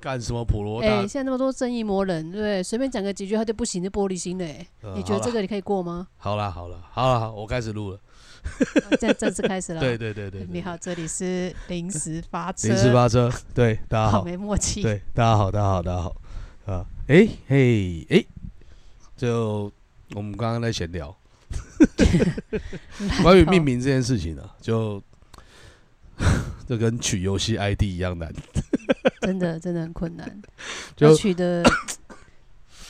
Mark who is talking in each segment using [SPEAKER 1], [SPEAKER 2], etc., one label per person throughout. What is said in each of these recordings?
[SPEAKER 1] 干什么普罗
[SPEAKER 2] 哎、
[SPEAKER 1] 大
[SPEAKER 2] 现？在那么多正义魔人，对不对？随便讲个几句他就不行，就玻璃心了、哎
[SPEAKER 1] 呃
[SPEAKER 2] 你觉得这个你可以过吗？
[SPEAKER 1] 好啦好啦好啦好啦，我开始录了。
[SPEAKER 2] 啊现在正式开始了。
[SPEAKER 1] 对对对对，对
[SPEAKER 2] 啊你好，，这里是临时发车。
[SPEAKER 1] 零四八车， 对大家
[SPEAKER 2] 好
[SPEAKER 1] 好，
[SPEAKER 2] 没默契。
[SPEAKER 1] 对大家好，大家好，大家好啊！哎嘿哎，就我们刚刚在闲 聊
[SPEAKER 2] 烂透，
[SPEAKER 1] 关于命名这件事情呢、啊，就 这跟取游戏 ID 一样难，
[SPEAKER 2] 真的真的很困难，
[SPEAKER 1] 就
[SPEAKER 2] 要取 的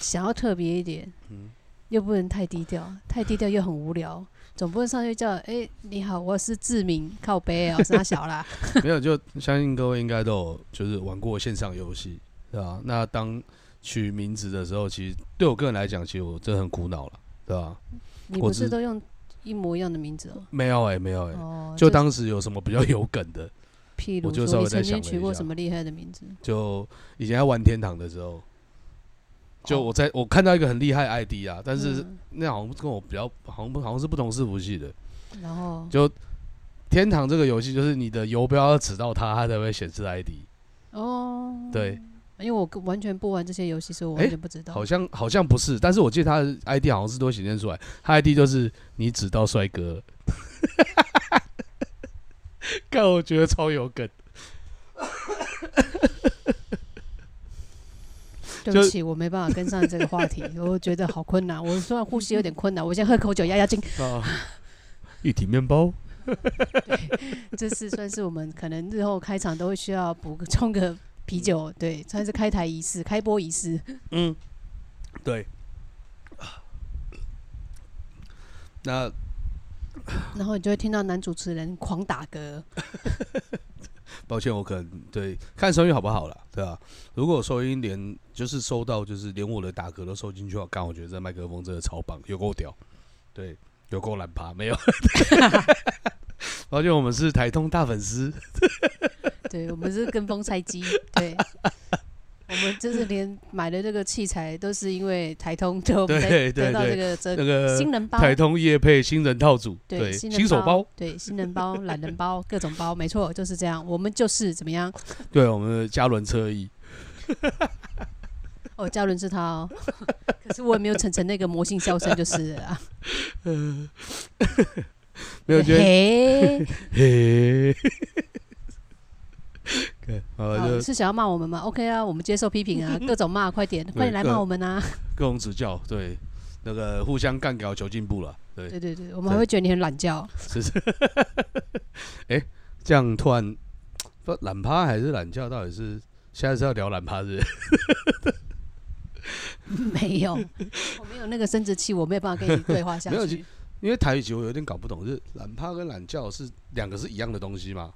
[SPEAKER 2] 想要特别一点，
[SPEAKER 1] 嗯
[SPEAKER 2] 又不能太低调，太低调又很无聊。总不能上去叫，哎、你好，我是志明，靠背啊，我是他小 啦。
[SPEAKER 1] 没有，就相信各位应该都有就是玩过线上游戏，对吧、那当取名字的时候，其实对我个人来讲，其实我真的很苦恼了，对吧、
[SPEAKER 2] 你
[SPEAKER 1] 我
[SPEAKER 2] 不
[SPEAKER 1] 只
[SPEAKER 2] 是都用一模一样的名字哦？
[SPEAKER 1] 没有哎、没有哎、
[SPEAKER 2] 哦，
[SPEAKER 1] 就当时有什么比较有梗的，
[SPEAKER 2] 譬
[SPEAKER 1] 我
[SPEAKER 2] 如
[SPEAKER 1] 就
[SPEAKER 2] 说，
[SPEAKER 1] 稍微
[SPEAKER 2] 你
[SPEAKER 1] 再
[SPEAKER 2] 曾
[SPEAKER 1] 想
[SPEAKER 2] 经
[SPEAKER 1] 了
[SPEAKER 2] 取
[SPEAKER 1] 一
[SPEAKER 2] 过
[SPEAKER 1] 下
[SPEAKER 2] 什么厉害的名字？
[SPEAKER 1] 就以前在玩天堂的时候，就我在我看到一个很厉害的 ID 啊，但是
[SPEAKER 2] 哦嗯
[SPEAKER 1] 那好像跟我比较好像不好像是不同伺服器的，
[SPEAKER 2] 然后
[SPEAKER 1] 就天堂这个游戏就是你的游标要指到它，它才会显示 ID。
[SPEAKER 2] 哦，
[SPEAKER 1] 对，
[SPEAKER 2] 因为我跟完全不玩这些游戏，所以我
[SPEAKER 1] 诶
[SPEAKER 2] 完全不知道。
[SPEAKER 1] 好像好像不是，但是我记得它的 ID 好像是都会显现出来，它 ID 就是你指到帅哥 了。看，我觉得超有梗。
[SPEAKER 2] 对不起，我没办法跟上这个 话题，我觉得好困难。我虽然呼吸有点困难，我先喝口酒压压惊。
[SPEAKER 1] 啊，一体面包，
[SPEAKER 2] 这次算是我们可能日后开场都会需要补个冲个啤酒，对，算是开台仪式、开播仪式。
[SPEAKER 1] 嗯，对。那
[SPEAKER 2] 然后你就会听到男主持人狂打嗝，
[SPEAKER 1] 抱歉，我可能对看收音好不好了，对吧、如果收音连就是收到，就是连我的打嗝都收进去，我干，我觉得这麦克风真的超棒，有够屌，对，有够懒趴，没有。 抱歉，我们是台通大粉丝，
[SPEAKER 2] 对我们是跟风 拆机，对。我们就是连买的这个器材都是因为台通就
[SPEAKER 1] 对对
[SPEAKER 2] 得得到
[SPEAKER 1] 对
[SPEAKER 2] 这个折
[SPEAKER 1] 那个
[SPEAKER 2] 呃新人包，
[SPEAKER 1] 台通夜配新人套组，
[SPEAKER 2] 对，
[SPEAKER 1] 对，
[SPEAKER 2] 新
[SPEAKER 1] 新手包
[SPEAKER 2] 包，，对，新人包、懒人包、各种包，没错，就是这样。我们就是怎么样？
[SPEAKER 1] 对，我们的嘉伦车衣，
[SPEAKER 2] 哦，嘉伦是他哦， 可是我也没有成成那个魔性笑声，就是了啊。
[SPEAKER 1] 没有觉得
[SPEAKER 2] 嘿，
[SPEAKER 1] 嘿， 对，呃，
[SPEAKER 2] 哦
[SPEAKER 1] 就是
[SPEAKER 2] 想要骂我们吗？OK 啊，我们接受批评啊，各种骂，快点，快点来骂我们啊！
[SPEAKER 1] 各种指教，对，那个互相干搞求进步了，对。
[SPEAKER 2] 对对对，我们还会觉得你很懒觉。
[SPEAKER 1] 是是， 哎、这样突然不懒趴还是懒觉，到底是现在是要聊懒趴是不 是？
[SPEAKER 2] 没有，我没有那个生殖器，我没有办法跟你对话下
[SPEAKER 1] 没有
[SPEAKER 2] 去。
[SPEAKER 1] 因为台语其实我有点搞不懂，就是懒趴跟懒觉是两个是一样的东西吗？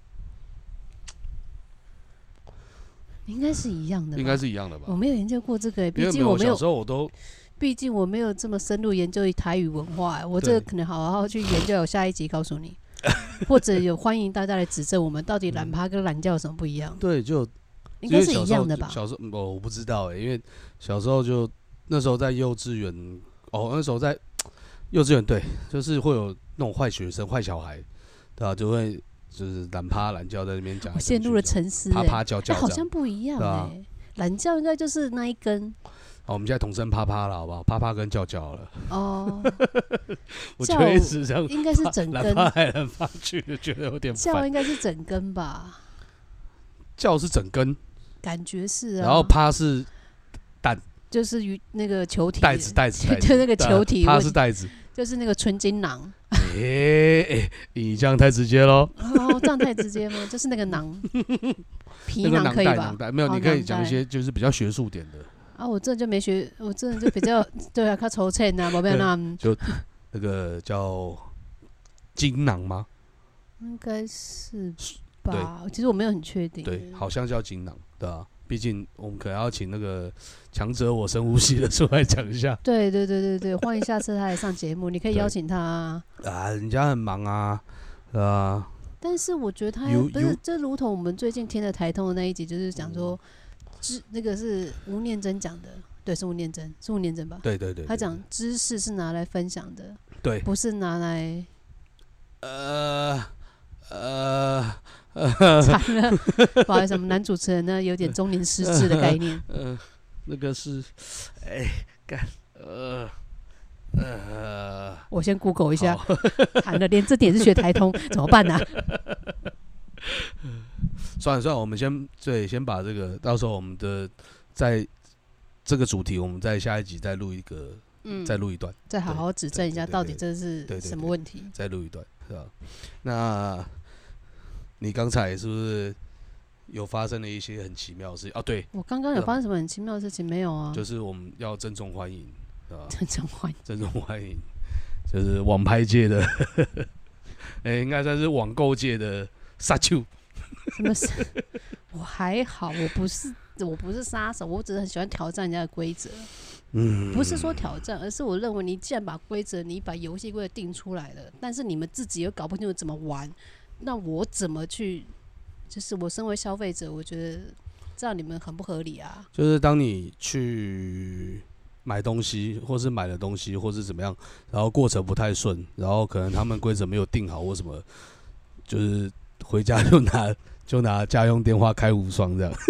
[SPEAKER 2] 应该是一样的，
[SPEAKER 1] 应该。是一样的吧
[SPEAKER 2] 我？没有研究过这个、欸
[SPEAKER 1] 因
[SPEAKER 2] 哦毕
[SPEAKER 1] 为没
[SPEAKER 2] 竟
[SPEAKER 1] 有
[SPEAKER 2] 我
[SPEAKER 1] 我
[SPEAKER 2] 没
[SPEAKER 1] 小
[SPEAKER 2] 有
[SPEAKER 1] 时候我都
[SPEAKER 2] 毕竟我没有这么深入研究台语文化、我
[SPEAKER 1] 对
[SPEAKER 2] 这个可能好好去研究，我下一集告诉你。 或者有欢迎大家来指正我们到底懒趴跟懒觉有什么不一样？
[SPEAKER 1] 对就
[SPEAKER 2] 应
[SPEAKER 1] 因
[SPEAKER 2] 该
[SPEAKER 1] 为
[SPEAKER 2] 是
[SPEAKER 1] 嗯小
[SPEAKER 2] 一
[SPEAKER 1] 时候
[SPEAKER 2] 样的
[SPEAKER 1] 就
[SPEAKER 2] 吧？
[SPEAKER 1] 小时候嗯我我不知道哎、因为小时候就那时候在幼稚园哦，那时候在幼稚园对，就是会有那种坏学生、坏小孩，对吧、就会就是懒趴懒觉在那边讲来讲
[SPEAKER 2] 我
[SPEAKER 1] 去这样，
[SPEAKER 2] 陷入了沉思、
[SPEAKER 1] 啪
[SPEAKER 2] 欸，
[SPEAKER 1] 啪叫叫
[SPEAKER 2] 那
[SPEAKER 1] 这
[SPEAKER 2] 好
[SPEAKER 1] 样
[SPEAKER 2] 像不一样
[SPEAKER 1] 对
[SPEAKER 2] 哎、
[SPEAKER 1] 啊
[SPEAKER 2] 懒觉应该就是那一根
[SPEAKER 1] 好，哦我们现在统称啪啪了，好不好？啪啪跟叫叫了，
[SPEAKER 2] 哦，
[SPEAKER 1] 我
[SPEAKER 2] 叫
[SPEAKER 1] 觉得一直这样
[SPEAKER 2] 应该是整
[SPEAKER 1] 懒趴
[SPEAKER 2] 根，
[SPEAKER 1] 来懒趴去，就觉得有点
[SPEAKER 2] 叫
[SPEAKER 1] 烦。
[SPEAKER 2] 应该是整根吧？
[SPEAKER 1] 叫是整根，
[SPEAKER 2] 感觉是啊。
[SPEAKER 1] 然后啪是
[SPEAKER 2] 就是鱼那个球体，
[SPEAKER 1] 袋子，袋子，
[SPEAKER 2] 就
[SPEAKER 1] 袋子
[SPEAKER 2] 就那个
[SPEAKER 1] 对啊
[SPEAKER 2] 球体
[SPEAKER 1] 啪
[SPEAKER 2] 问
[SPEAKER 1] 是袋子。
[SPEAKER 2] 就是那个纯金囊。
[SPEAKER 1] 诶诶，你这样太直接喽。
[SPEAKER 2] 哦，这样太直接吗？ 就是那个 囊，皮
[SPEAKER 1] 那个
[SPEAKER 2] 囊
[SPEAKER 1] 囊
[SPEAKER 2] 可以
[SPEAKER 1] 袋，
[SPEAKER 2] 吧
[SPEAKER 1] 囊？袋没有，
[SPEAKER 2] 哦
[SPEAKER 1] 你可以
[SPEAKER 2] 囊
[SPEAKER 1] 讲一
[SPEAKER 2] 袋
[SPEAKER 1] 些就是比较学术点的，
[SPEAKER 2] 啊，我这就没学，我这就 比较对啊，靠筹钱呐，宝贝那
[SPEAKER 1] 那个叫金囊吗？
[SPEAKER 2] 应该是吧？其实我没有很确定。
[SPEAKER 1] 对，好像叫金囊，对啊。毕竟我们可能要请那个强者我深呼吸的出来讲一下
[SPEAKER 2] 对对对对对，欢迎下次他来上节目，你可以
[SPEAKER 1] 对
[SPEAKER 2] 邀请他啊。
[SPEAKER 1] 啊，人家很忙啊，啊，
[SPEAKER 2] 但是我觉得他
[SPEAKER 1] You-
[SPEAKER 2] 不是
[SPEAKER 1] you-，
[SPEAKER 2] 这如同我们最近听的台通的那一集，就是讲说，
[SPEAKER 1] 嗯
[SPEAKER 2] 知那个是吴念真讲的，对，是吴念真，是吴念真吧？
[SPEAKER 1] 对对对，
[SPEAKER 2] 他
[SPEAKER 1] 对
[SPEAKER 2] 讲知识是拿来分享的，
[SPEAKER 1] 对
[SPEAKER 2] 不是拿来
[SPEAKER 1] 呃呃
[SPEAKER 2] 惨了，不好意思，我们男主持人呢有点中年失智的概念。
[SPEAKER 1] 呃，那个是，哎，干，呃，呃，
[SPEAKER 2] 我先 Google 一下， 惨了，连这点是学台通，怎么办啊 呢、
[SPEAKER 1] 算了算了，我们先对，先把这个，到时候我们的在这个主题，我们在下一集再录一个，
[SPEAKER 2] 嗯，
[SPEAKER 1] 再录一段，
[SPEAKER 2] 再好好指正一下，
[SPEAKER 1] 对对对
[SPEAKER 2] 到底这是
[SPEAKER 1] 对对
[SPEAKER 2] 什么问题？
[SPEAKER 1] 再录一段，是吧？那你刚才是不是有发生了一些很奇妙的事情？哦，对，
[SPEAKER 2] 我刚刚有发生什么很奇妙的事情没有啊？
[SPEAKER 1] 就是我们要郑重欢迎，是吧？
[SPEAKER 2] 真正欢迎
[SPEAKER 1] 郑重欢迎，就是网拍界的， 哎、应该算是网购界的沙丘。
[SPEAKER 2] 什么事？我还好，我不是我不是杀手，我只是很喜欢挑战人家的规则。
[SPEAKER 1] 嗯，
[SPEAKER 2] 不是说挑战，而是我认为你既然把规则，你把游戏规则定出来了，但是你们自己又搞不清楚怎么玩，那我怎么去？就是我身为消费者，我觉得这样你们很不合理啊。
[SPEAKER 1] 就是当你去买东西，或是买了东西，或是怎么样，然后过程不太顺，然后可能他们规则没有定好或什么，就是回家就拿就拿家用电话开无双这样。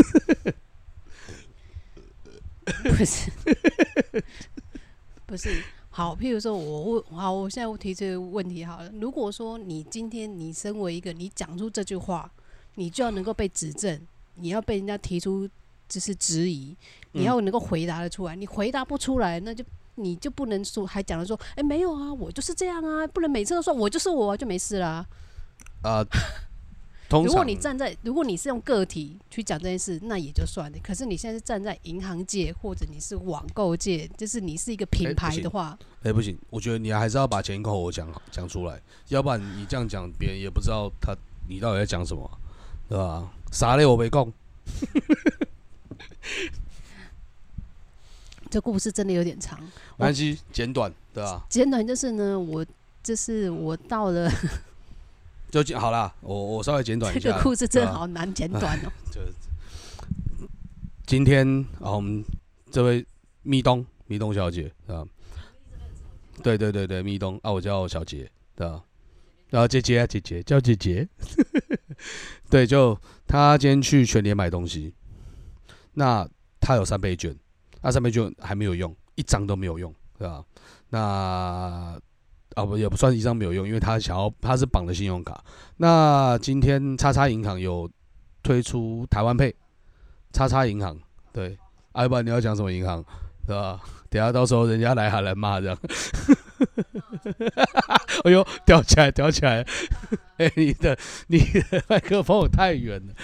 [SPEAKER 2] 不是，不是。好，譬如说我问，好，我现在我提这个问题好了。如果说你今天你身为一个，你讲出这句话，你就要能够被指正，你要被人家提出就是质疑，你要能够回答得出来。你回答不出来，那就你就不能说还讲的说，哎、没有啊，我就是这样啊，不能每次都说我就是我、啊、就没事啦、
[SPEAKER 1] 啊、通常
[SPEAKER 2] 如果你站在，如果你是用个体去讲这件事，那也就算了。可是你现在是站在银行界，或者你是网购界，就是你是一个
[SPEAKER 1] 哎
[SPEAKER 2] 品
[SPEAKER 1] 不
[SPEAKER 2] 牌
[SPEAKER 1] 行
[SPEAKER 2] 的话，
[SPEAKER 1] 哎、不行，我觉得你还是要把前因后果讲好讲出来，要不然你这样讲，别人也不知道他你到底在讲什么啊，对吧？啥嘞，我没空。
[SPEAKER 2] 这故事真的有点长。
[SPEAKER 1] 没关系，简短，对吧？
[SPEAKER 2] 简短就是呢，我就是我到 了
[SPEAKER 1] 就简好啦，我我稍微简短
[SPEAKER 2] 这
[SPEAKER 1] 一下
[SPEAKER 2] 个
[SPEAKER 1] 啦。
[SPEAKER 2] 故事真
[SPEAKER 1] 对
[SPEAKER 2] 的
[SPEAKER 1] 啊
[SPEAKER 2] 好难简短哦、
[SPEAKER 1] 今天啊，我们这位蜜冬蜜冬小姐啊，对对对对，蜜冬啊，我叫小杰对啊，然后姐姐啊姐姐叫姐姐， 对，就她今天去全联买东西，那她有三倍券，那三倍券还没有用，一张都没有用，对吧？那啊不也不算一张没有用，因为她想要她是绑了信用卡，那今天叉叉银行有推出台湾配。叉叉银行，对，阿、啊、不然你要讲什么银行，对吧？等一下到时候人家来喊来骂这样。 哎呦，吊起来，吊起来！ 哎、你的你的麦克风有太远了。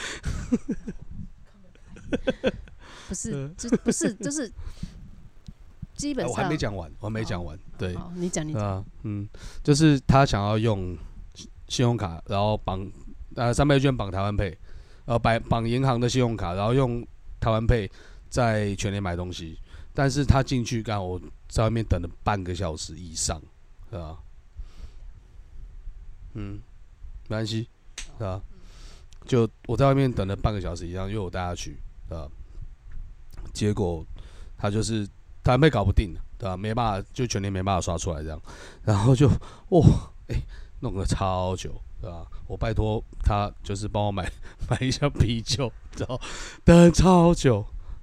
[SPEAKER 2] 不是，这不是，就是基本
[SPEAKER 1] 哎
[SPEAKER 2] 上、
[SPEAKER 1] 我还没讲哎完，我还没讲完。对，
[SPEAKER 2] 好，你讲你讲，
[SPEAKER 1] 啊，嗯，就是他想要用信信用卡，然后绑呃三倍券绑台湾配，呃绑绑银行的信用卡，然后用台湾配在全联买东西，但是他进去干，我在外面等了半个小时以上，对吧？嗯，没关系，对吧？就我在外面等了半个小时以上，因为我带他去，对吧？结果他就是台湾配搞不定了，对吧？没办法，就全联没办法刷出来这样。然后就哇，哎、弄了超久，对吧？我拜托他就是帮我买买一箱啤酒，然后等超久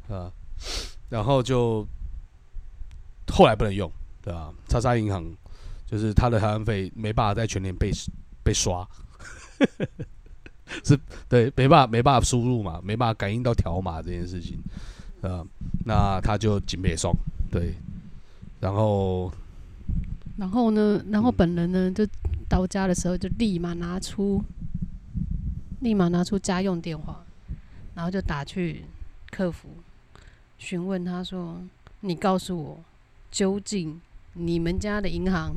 [SPEAKER 1] 啊，然后就后来不能用，对吧？叉叉银行就是他的台湾费没办法在全年被被刷。 是对，没办法，没办法输入嘛，没办法感应到条码这件事情，啊、那他就紧被送，对，然后
[SPEAKER 2] 然后呢，然后
[SPEAKER 1] 嗯
[SPEAKER 2] 本人呢就到家的时候就立马拿出，立马拿出家用电话，然后就打去客服询问他说：“你告诉我，究竟你们家的银行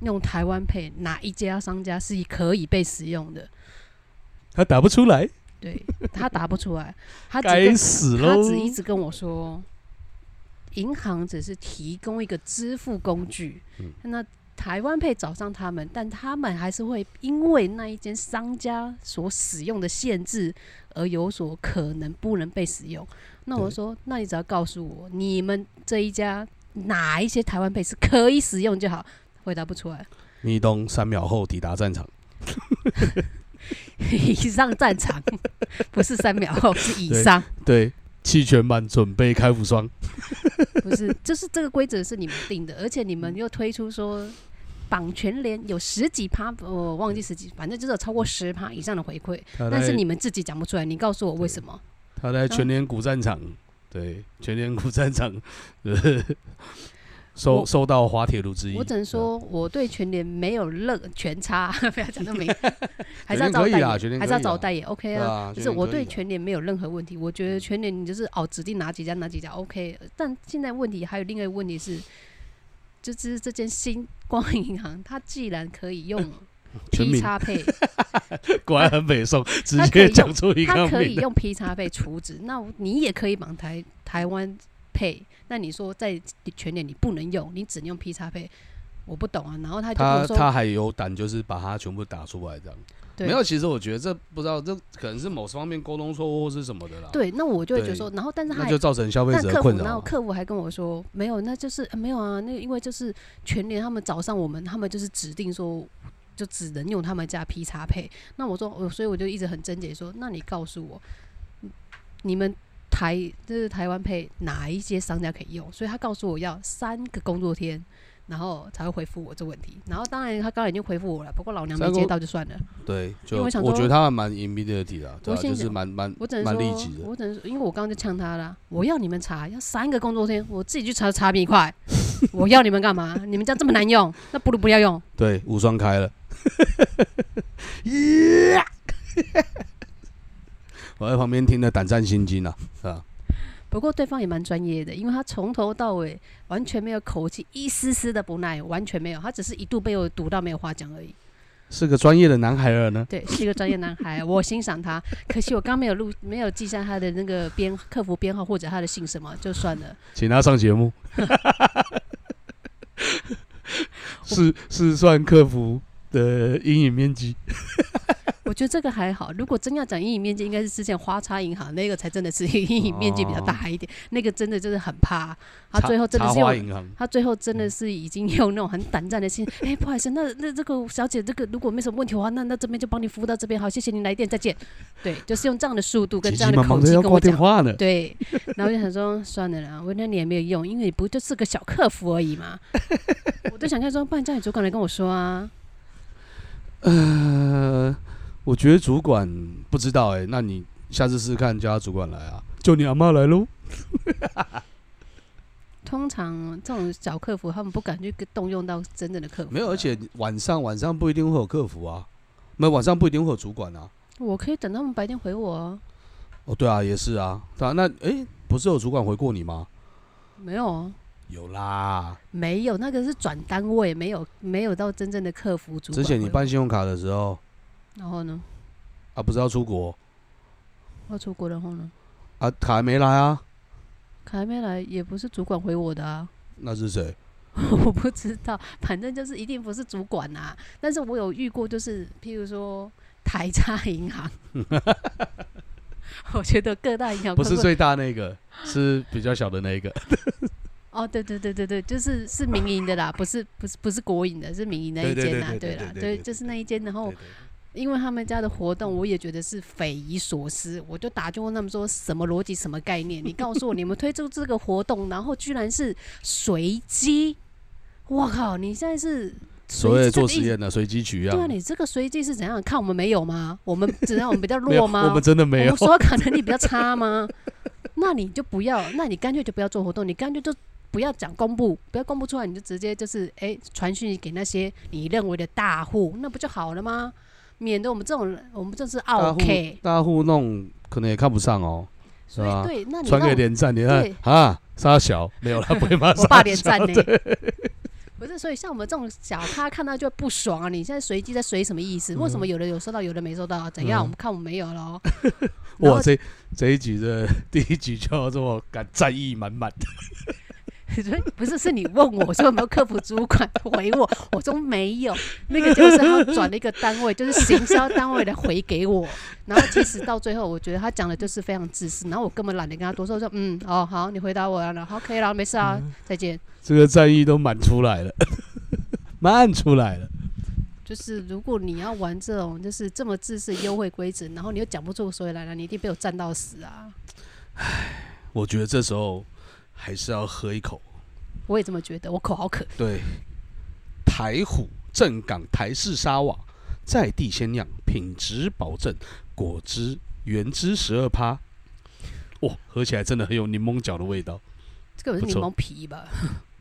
[SPEAKER 2] 用台湾配哪一家商家是可以被使用的
[SPEAKER 1] 他打不出来，？”
[SPEAKER 2] 对他答不出来，他只
[SPEAKER 1] 该
[SPEAKER 2] 跟
[SPEAKER 1] 死喽！
[SPEAKER 2] 他只一直跟我说，银行只是提供一个支付工具。
[SPEAKER 1] 嗯
[SPEAKER 2] 那台湾配找上他们，但他们还是会因为那一间商家所使用的限制而有所可能不能被使用。那我
[SPEAKER 1] 对
[SPEAKER 2] 说，那你只要告诉我你们这一家哪一些台湾配是可以使用就好。回答不出来，
[SPEAKER 1] 密东三秒后抵达战场。
[SPEAKER 2] 以上战场，不是三秒后，是以
[SPEAKER 1] 对
[SPEAKER 2] 上，
[SPEAKER 1] 对，弃权版准备开服双，
[SPEAKER 2] 不是，就是这个规则是你们定的，而且你
[SPEAKER 1] 嗯
[SPEAKER 2] 们又推出说绑全联有十几趴，我忘记十几，反正就是有超过十趴以上的回馈，
[SPEAKER 1] 他
[SPEAKER 2] 但是
[SPEAKER 1] 在
[SPEAKER 2] 你们自己讲不出来，你告诉我为什么？
[SPEAKER 1] 他在全联古战场，对，全联古战场， 呃收
[SPEAKER 2] 我
[SPEAKER 1] 收到滑铁卢之一。
[SPEAKER 2] 我只能说我对全联没有乐全差， 不要讲那么明，还是要
[SPEAKER 1] 全联
[SPEAKER 2] 找
[SPEAKER 1] 可以
[SPEAKER 2] 代
[SPEAKER 1] 啦
[SPEAKER 2] 言，
[SPEAKER 1] 全联
[SPEAKER 2] 还是
[SPEAKER 1] 可
[SPEAKER 2] 要
[SPEAKER 1] 以
[SPEAKER 2] 找
[SPEAKER 1] 啦
[SPEAKER 2] 代言，OK
[SPEAKER 1] 对
[SPEAKER 2] 啊。
[SPEAKER 1] 啊，
[SPEAKER 2] 就是我对
[SPEAKER 1] 全
[SPEAKER 2] 全联没有任何问题，我
[SPEAKER 1] 嗯
[SPEAKER 2] 觉得全联你就是哦指定哪几家哪几家 OK，但现在问题还有另外一个问题是，就是这间新光影银行，它既然可以用
[SPEAKER 1] 全
[SPEAKER 2] P
[SPEAKER 1] 民
[SPEAKER 2] 叉配，
[SPEAKER 1] 联可以 果然很北宋，直
[SPEAKER 2] 他可
[SPEAKER 1] 接
[SPEAKER 2] 以用
[SPEAKER 1] 讲出一
[SPEAKER 2] 它
[SPEAKER 1] 个
[SPEAKER 2] 可以
[SPEAKER 1] 名
[SPEAKER 2] 用 P 叉配除值，那我你也可以绑台台湾配，那你说在全联你不能用，你只能用 P 叉配，我不懂啊。然后他就跟
[SPEAKER 1] 他
[SPEAKER 2] 我说，
[SPEAKER 1] 他还有胆，就是把它全部打出来这样。
[SPEAKER 2] 对
[SPEAKER 1] 没有，其实我觉得这不知道，这可能是某方面沟通错误或是什么的啦。，
[SPEAKER 2] 对，那我就会觉得
[SPEAKER 1] 对
[SPEAKER 2] 说，然后但是他
[SPEAKER 1] 那
[SPEAKER 2] 还
[SPEAKER 1] 就造成消费
[SPEAKER 2] 但
[SPEAKER 1] 者
[SPEAKER 2] 客
[SPEAKER 1] 的
[SPEAKER 2] 服，
[SPEAKER 1] 困
[SPEAKER 2] 然后
[SPEAKER 1] 扰。啊
[SPEAKER 2] 客服还跟我说没有，那就是、呃没有啊，那因为就是全年他们早上我们他们就是指定说，就只能用他们家 P 叉配。那我说，我所以我就一直很纠结说，那你告诉我，你们台就是台湾配哪一些商家可以用？所以他告诉我要三个工作天。然后才会回复我这问题，然后当然他刚才已经回复我了，不过老娘没
[SPEAKER 1] 三个
[SPEAKER 2] 接到就算了。
[SPEAKER 1] 对，就
[SPEAKER 2] 因为我想
[SPEAKER 1] 我
[SPEAKER 2] 说
[SPEAKER 1] 觉得他还蛮 immediate 的啊，对
[SPEAKER 2] 我
[SPEAKER 1] 啊，
[SPEAKER 2] 心
[SPEAKER 1] 就
[SPEAKER 2] 想
[SPEAKER 1] 是蛮蛮
[SPEAKER 2] 我只能
[SPEAKER 1] 蛮立
[SPEAKER 2] 说
[SPEAKER 1] 即，的。
[SPEAKER 2] 我只能说，因为我刚刚就呛他了，我要你们查，要三个工作天，我自己去查查比 你快。我要你们干嘛？你们家这么难用，那不如不要用。
[SPEAKER 1] 对，无双开 了。我在旁边听得胆战心惊啊，是吧？
[SPEAKER 2] 不过对方也蛮专业的，因为他从头到尾完全没有口气，一丝丝的不耐，完全没有。他只是一度被我堵到没有话讲而已。
[SPEAKER 1] 是个专业的男孩儿呢。
[SPEAKER 2] 对，是一个专业 男孩，我欣赏他。可惜我刚没有录，没有记下他的那个编客服编号或者他的姓什么，就算了。
[SPEAKER 1] 请他上节 目。是是算客服的阴影面积，
[SPEAKER 2] 我觉得这个还好。如果真要讲阴影面积，应该是之前花叉银行那个才真的是阴影面积
[SPEAKER 1] 哦
[SPEAKER 2] 比较大一点，那个真的就是很怕。他最后真的
[SPEAKER 1] 插
[SPEAKER 2] 是
[SPEAKER 1] 花
[SPEAKER 2] 用，
[SPEAKER 1] 银行，
[SPEAKER 2] 他最后真的是已经用那种很胆战的心，哎、不好意思，那那这个小姐，这个如果没什么问题的话，那那这边就帮你服务到这边，好，谢谢您来电，再见。对，就是用这样的速度跟
[SPEAKER 1] 急急
[SPEAKER 2] 这样的
[SPEAKER 1] 忙
[SPEAKER 2] 口
[SPEAKER 1] 忙的
[SPEAKER 2] 气
[SPEAKER 1] 要
[SPEAKER 2] 跟
[SPEAKER 1] 挂
[SPEAKER 2] 我
[SPEAKER 1] 电
[SPEAKER 2] 讲。
[SPEAKER 1] 话呢。
[SPEAKER 2] 对，然后我就想说，算了啦，我那你也没有用，因为你不就是个小客服而已嘛。我就想看说，不然叫你主管来跟我说啊。
[SPEAKER 1] 呃，我觉得主管不知道哎、那你下次试试看，叫他主管来啊，就你阿妈来喽。
[SPEAKER 2] 通常这种小客服，他们不敢去动用到真正的客服啊。
[SPEAKER 1] 没有，而且晚上晚上不一定会有客服啊，没有晚上不一定会有主管啊。
[SPEAKER 2] 我可以等他们白天回我啊。
[SPEAKER 1] 哦，对啊，也是啊，对啊，那诶，不是有主管回过你吗？
[SPEAKER 2] 没有啊，
[SPEAKER 1] 有啦，
[SPEAKER 2] 没有，那个是转单位，没有没有到真正的客服主
[SPEAKER 1] 之
[SPEAKER 2] 管。
[SPEAKER 1] 前你办，信用卡的时候
[SPEAKER 2] 然后呢？
[SPEAKER 1] 啊，不是要出国
[SPEAKER 2] 我出国，然后呢？
[SPEAKER 1] 啊，卡还没来啊。
[SPEAKER 2] 卡还没来，也不是主管回我的啊，
[SPEAKER 1] 那是谁？
[SPEAKER 2] 我不知道，反正就是一定不是主管啊。但是我有遇过，就是譬如说台差银 行，我觉得各大银行
[SPEAKER 1] 不是
[SPEAKER 2] 会会
[SPEAKER 1] 最大那个，是比较小的那一个。
[SPEAKER 2] 哦，对对对对对，就是是民营的啦，不是不是不是国营的，是民营那
[SPEAKER 1] 对
[SPEAKER 2] 一
[SPEAKER 1] 对
[SPEAKER 2] 间
[SPEAKER 1] 对
[SPEAKER 2] 啦，
[SPEAKER 1] 对对
[SPEAKER 2] 啦，
[SPEAKER 1] 对对
[SPEAKER 2] 对，
[SPEAKER 1] 对
[SPEAKER 2] 就是那一间。然后因为他们家的活动，我也觉得是匪夷所思，我就打就问他们说什么逻辑、什么概念？你告诉我，你们推出这个活动，然后居然是随机，我靠！你现在是
[SPEAKER 1] 所谓
[SPEAKER 2] 随
[SPEAKER 1] 的
[SPEAKER 2] 机
[SPEAKER 1] 做
[SPEAKER 2] 这个
[SPEAKER 1] 实
[SPEAKER 2] 意思
[SPEAKER 1] 验的随机取样
[SPEAKER 2] 对啊，，你这个随机是怎样？看我们没有吗？我们怎样？我们比较
[SPEAKER 1] 没有，
[SPEAKER 2] 弱吗？
[SPEAKER 1] 我们真的没
[SPEAKER 2] 我
[SPEAKER 1] 有
[SPEAKER 2] 们。哦说卡能力比较差吗？ 那你就不要，那你干脆就不要做活动，你干脆就不要讲公布，不要公布出来，你就直接就是哎传讯息给那些你认为的大户，那不就好了吗？免得我们这种人，我们这是
[SPEAKER 1] 大
[SPEAKER 2] o
[SPEAKER 1] 户
[SPEAKER 2] K，
[SPEAKER 1] 大户弄可能也看不上哦，
[SPEAKER 2] 所
[SPEAKER 1] 是吧
[SPEAKER 2] 以对，那你
[SPEAKER 1] 传
[SPEAKER 2] 让
[SPEAKER 1] 给
[SPEAKER 2] 我
[SPEAKER 1] 连战，你看
[SPEAKER 2] 对
[SPEAKER 1] 啊，沙小没有啦，不会骂
[SPEAKER 2] 我爸
[SPEAKER 1] 沙
[SPEAKER 2] 连
[SPEAKER 1] 小
[SPEAKER 2] 战呢
[SPEAKER 1] 对，
[SPEAKER 2] 不是，所以像我们这种小咖看到就不爽啊！你现在随机在随什么意思？为什么有的有收到，有的没收到？怎样？
[SPEAKER 1] 嗯
[SPEAKER 2] 我们看我们没有 咯。然后
[SPEAKER 1] 哇，这这一集的 第一集就要这么感战意满 满。
[SPEAKER 2] 所以不是，是你问我说有没有客服主管回我， 我说没有，那个就是他转了一个单位，就是行销单位来回给我。然后其实到最后，我觉得他讲的就是非常自私，然后我根本懒得跟他多说，我说嗯哦好，你回答我了，然后可以了，没事啊啊，再见。
[SPEAKER 1] 这个战役都满出来了，满出来了。
[SPEAKER 2] 就是如果你要玩这种就是这么自私的优惠规则，然后你又讲不出个所以然来，你一定被我站到死啊！
[SPEAKER 1] 我觉得这时候还是要喝一口，
[SPEAKER 2] 我也这么觉得，我口好渴。
[SPEAKER 1] 对，台虎正港台式沙瓦，在地鲜酿，品质保证，果汁原汁十二趴，哇，喝起来真的很有柠檬角的味道。
[SPEAKER 2] 这个不
[SPEAKER 1] 不
[SPEAKER 2] 是柠
[SPEAKER 1] 错
[SPEAKER 2] 檬皮吧？